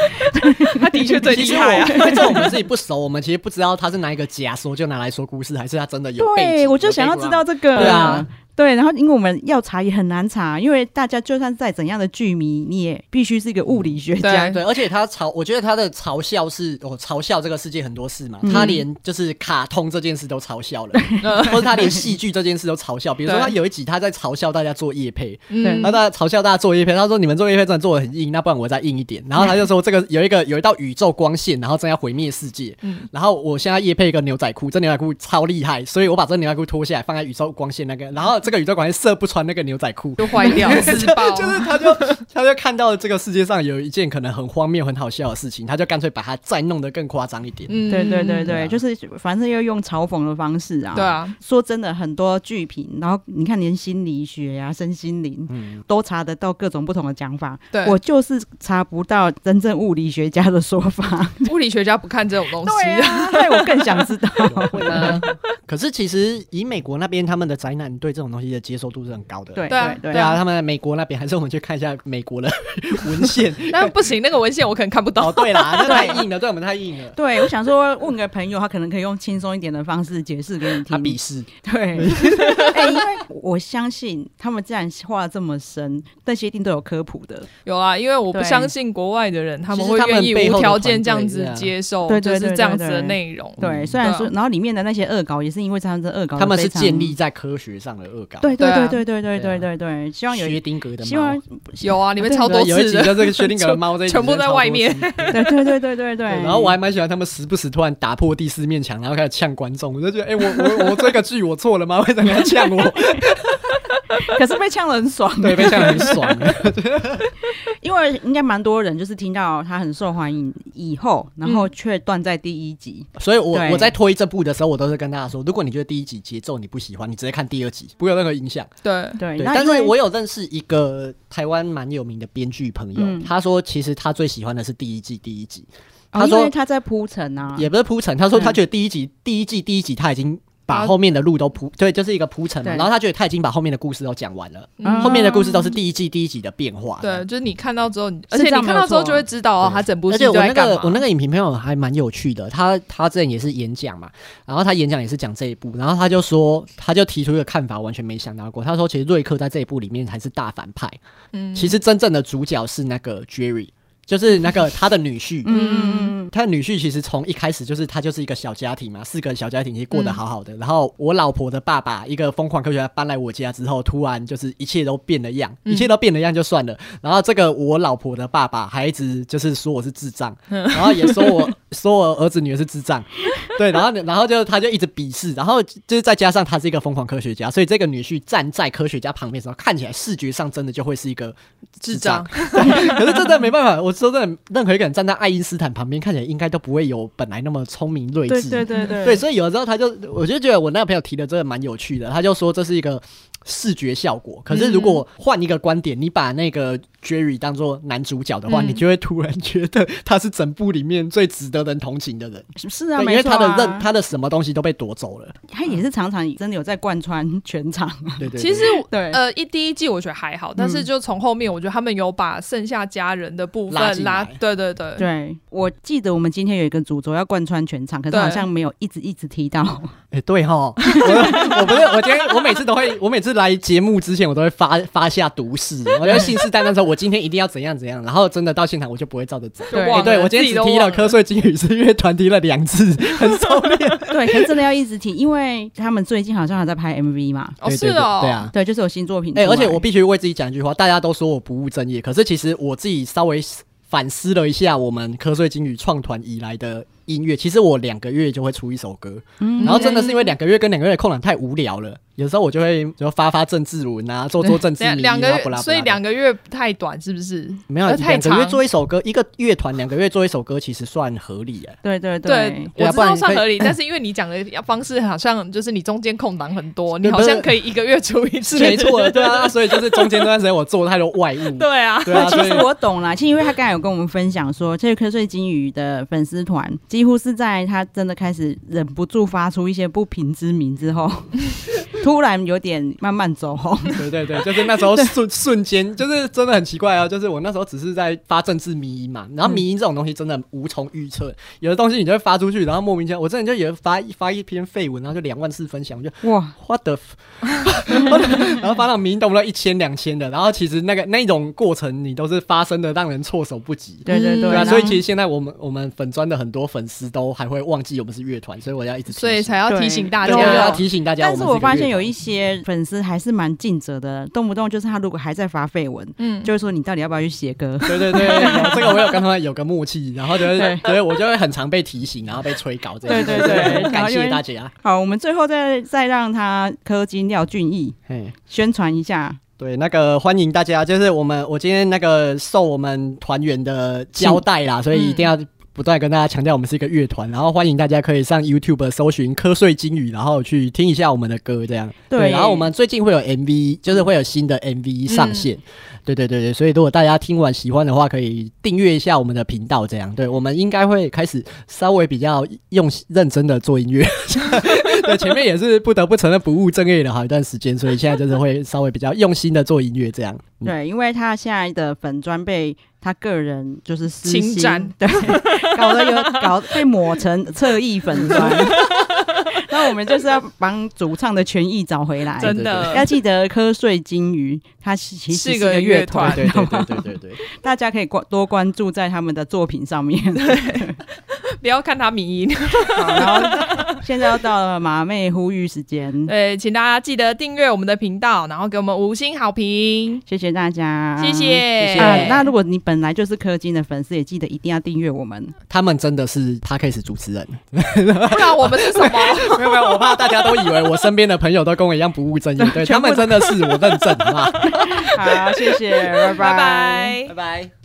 他的确最
其
厉
实
害啊！
我 因为这我们自己不熟，我们其实不知道它是拿一个假说就拿来说故事，还是它真的有背景。啊
对，
有
我就想要知道
background。
这个。
对啊，
对，然后因为我们要查也很难查，因为大家就算再怎样的剧迷，你也必须是一个物理学家。
对
对，而且他嘲，我觉得他的嘲笑是，我、嘲笑这个世界很多事嘛，
嗯
他连就是卡通这件事都嘲笑了，
啊
或者他连戏剧这件事都嘲笑。比如说
对
他有一集他在嘲笑大家做夜配，
对
嗯
然后，大家嘲笑大家做叶片，他说你们做叶片真的做的很硬，那不然我再硬一点。然后他就说这个有一个有一道宇宙光线，然后正要毁灭世界。
嗯
然后我现在叶配一个牛仔裤，这牛仔裤超厉害，所以我把这牛仔裤脱下来放在宇宙光线那个，然后这个宇宙光线射不穿那个牛仔裤。
就坏 掉，自爆，
就是他就他就看到这个世界上有一件可能很荒谬、很好笑的事情，他就干脆把它再弄得更夸张一点。
嗯
对对对
对啊
对，就是反正要用嘲讽的方式啊。
对。啊，
说真的，很多剧评，然后你看连心理学呀、身心灵
嗯，
都查得到各种不同的讲法，
对，
我就是查不到真正物理学家的说 法。
物理学家不看这种东西，
啊，对我更想知道。
啊可是其实以美国那边他们的宅男对这种东西的接受度是很高的。
对
对啊
对
对啊，他们美国那边还是我们去看一下美国的 文献。
但不行，那个文献我可能看不
哦，
懂。
对啦，那太硬了，对我们太硬了。
对，我想说问个朋友，他可能可以用轻松一点的方式解释给你
他
听。
鄙视，
对，哎、因为我相信他们既然画得这么深，那些一定都有科普的。
有啊，因为我不
对
相信国外的人他们会
其实他
愿
们
意
背后
无
的
条件这样
团队
子
对啊
接受，
对
就
对
是
对
这样子的
对对
内容。
对，
嗯
虽然
对啊
说，然后里面的那些恶搞也是因为他们的恶搞，
他们是建立。在科学上的恶搞。
对
对
对
啊
对对对对
对
对
啊
对对，希望有
薛定谔的
希望
猫，
有啊，里面超
哦对
多
有一
次
集
的，
就是薛定谔的猫，这一集
全部
真的
在
超多
外面
次。
对对对对对对。
对 然后我还蛮喜欢他们时不时突然打破第四面墙，然后开始呛观众，我就觉得，哎，我我我这个剧我错了吗？为什么要呛我？
可是被呛得很爽，
对，被呛得很爽。
因为应该蛮多人就是听到他很受欢迎以后，然
嗯
后却断在第一集。
所以我
对
我在推这部的时候，我都是跟大家说，如果你觉得第一集节奏你不喜欢，你直接看第二集，不会有任何影响。
对
对，
对，
那
但
因为
是我有认识一个台湾蛮有名的编剧朋友，
嗯
他说其实他最喜欢的是第一季第一集，
哦
他
因为
说
他在铺陈啊，
也不是铺陈，他说他
嗯
觉得第一集、第一季第一集他已经把
啊
后面的路都铺，对，就是一个铺陈嘛。
对
然后他觉得他已经把后面的故事都讲完了，
嗯
后面的故事都是第一季第一集的变化。
对，就是你看到之后，你而
是
且你
这样
看到之
没
后
有错
就会知道哦，
啊对
他整部
而
戏
且
都
我
在
那
干
个
嘛。
我那个影评朋友还蛮有趣的，他他之前也是演讲嘛，然后他演讲也是讲这一部，然后他就说他就提出一个看法，我完全没想到过。他说其实瑞克在这一部里面才是大反派，
嗯
其实真正的主角是那个 Jerry，就是那个他的女婿。
嗯嗯嗯
他的女婿其实从一开始就是他就是一个小家庭嘛，四个小家庭其实过得好好的。然后我老婆的爸爸，一个疯狂科学家搬来我家之后，突然就是一切都变了样，一切都变了样就算了。然后这个我老婆的爸爸还一直就是说我是智障，然后也说我说我儿子女儿是智障，对，然后然后就他就一直鄙视，然后就是再加上他是一个疯狂科学家，所以这个女婿站在科学家旁边的时候，看起来视觉上真的就会是一个
智障。
可是真的没办法，我说真的，任何一个人站在爱因斯坦旁边，看起来应该都不会有本来那么聪明睿
嗯，
智。
对对对对
对所以有的时候他就，我就觉得我那个朋友提的真的蛮有趣的，他就说这是一个视觉效果。可是如果换一个观点，你把那个 Jerry 当做男主角的话，
嗯
你就会突然觉得他是整部里面最值得人同情的人，
是啊，
对
没
因为
错
他的
啊
任他的什么东西都被夺走了。
他也是常常真的有在贯穿全场。
对对对嗯
其实
对，
呃，一第一季我觉得还好，但是就从后面，我觉得他们有把剩下家人的部
拉
分
进
拉，
来
对对对，
对，我记得我们今天有一个主轴要贯穿全场，可是好
对
像没有一直一直提到。
哎、对哈，我我不是，我今天我每次都会，我每次来节目之前，我都会发发下毒誓，我要信誓旦旦说，我今天一定要怎样怎样，然后真的到现场我就不会照着走。
就
对
忘
哎、
了
对我
哦
今
自己
天只
都
踢了
忘
瞌睡金鱼，是因为团踢了两次，很 收敛。
对，可是真的要一直提，因为他们最近好像还在拍 MV 嘛。
哦，
对
是
对对
哦，
对啊。
对，就是有新作品出
哎、
来。
而且我必须为自己讲一句话，大家都说我不务正业，可是其实我自己稍微反思了一下我们瞌睡金鱼创团以来的音乐，其实我两个月就会出一首歌，
嗯
然后真的是因为两个月跟两个月的空档太无聊了，有时候我就会就发发政治 文啊，做做政治
两
迷
两个
啊，不啦
月，所以两
个
个月太短是不是？
没有
呃太
两个月
长
做一首歌，一个乐团两个月做一首歌，其实算合理哎、
对对
对，
对
我
啊
知
不然
道
你
算
可以
合 理，但是因为你讲的方式好像就是你中间空档很 多，你
对
好
不是
像可以一个月出一次，
是 没错的，对啊，所以就是中间这段时间我做了太多外物，
对啊，
对 啊，
其
所以
实我懂啦，其实因为他刚才有跟我们分享说，这个瞌睡金鱼的粉丝团几乎是在他真的开始忍不住发出一些不平之鸣之后， 突然有点慢慢走红。
对对对，就是那时候瞬瞬间，就是真的很奇怪哦。就是我那时候只是在发政治迷因嘛，
嗯
然后迷因这种东西真的无从预测，有的东西你就会发出去，然后莫名其妙，我之前就也发一发一篇废文，然后就两万次分享，我就
哇，
what the，f- what the- 然后发到迷因动不到一千两千的，然后其实那个那种过程你都是发生的让人措手不及。
对对对，
对
然
啊，
后
所以其实现在我们我们粉专的很多粉丝都还会忘记我们是乐团，所以我要一直提醒
所以才要提醒大
对我要
家。
提醒大家。
但是我
我们是个乐
发现有
团
一些粉丝还是蛮尽责的，动不动就是他如果还在发绯闻，
嗯，
就是说你到底要不要去写歌？
对对对，有这个我有跟他们有个默契，然后就 是
对
对我就会很常被提醒，然后被催稿这样。
对对对然后
感
因为
谢大家。
好，我们最后再再让他柯金廖俊逸
嘿，
宣传一下，
对，那个欢迎大家，就是我们我今天那个受我们团员的交代啦，所以一定要。不断地跟大家强调，我们是一个乐团，然后欢迎大家可以上 YouTube 搜寻“瞌睡金鱼”，然后去听一下我们的歌，这样。
对
然后我们最近会有 MV，就是会有新的 MV 上线。对对对对，所以如果大家听完喜欢的话，可以订阅一下我们的频道，这样。对我们应该会开始稍微比较用认真的做音乐。 对，前面也是不得不承认不务正业的好一段时间，所以现在就是会稍微比较用心的做音乐这样。嗯
对，因为他现在的粉砖被他个人就是私
侵
心
占，
对，搞得有搞被抹成侧翼粉砖。那我们就是要帮主唱的权益找回来，
真
对
要
的，
记得瞌睡金鱼，它其实
是
是一
个
个
乐
乐团，
对对对对 对对，
大家可以关多关注在他们的作品上面。
不要看他迷音。
好然后现在要到了马妹呼吁时间，
对，请大家记得订阅我们的频道，然后给我们五星好评，
谢谢大家，
谢谢。
谢
啊！那如果你本来就是氪金的粉丝，也记得一定要订阅我们。
他们真的是 podcast 主持人，
不然我们是什么？
没有没有，我怕大家都以为我身边的朋友都跟我一样不务正业， 对他们真的是我认证，好不好？
好，谢谢，拜
拜拜
拜。拜。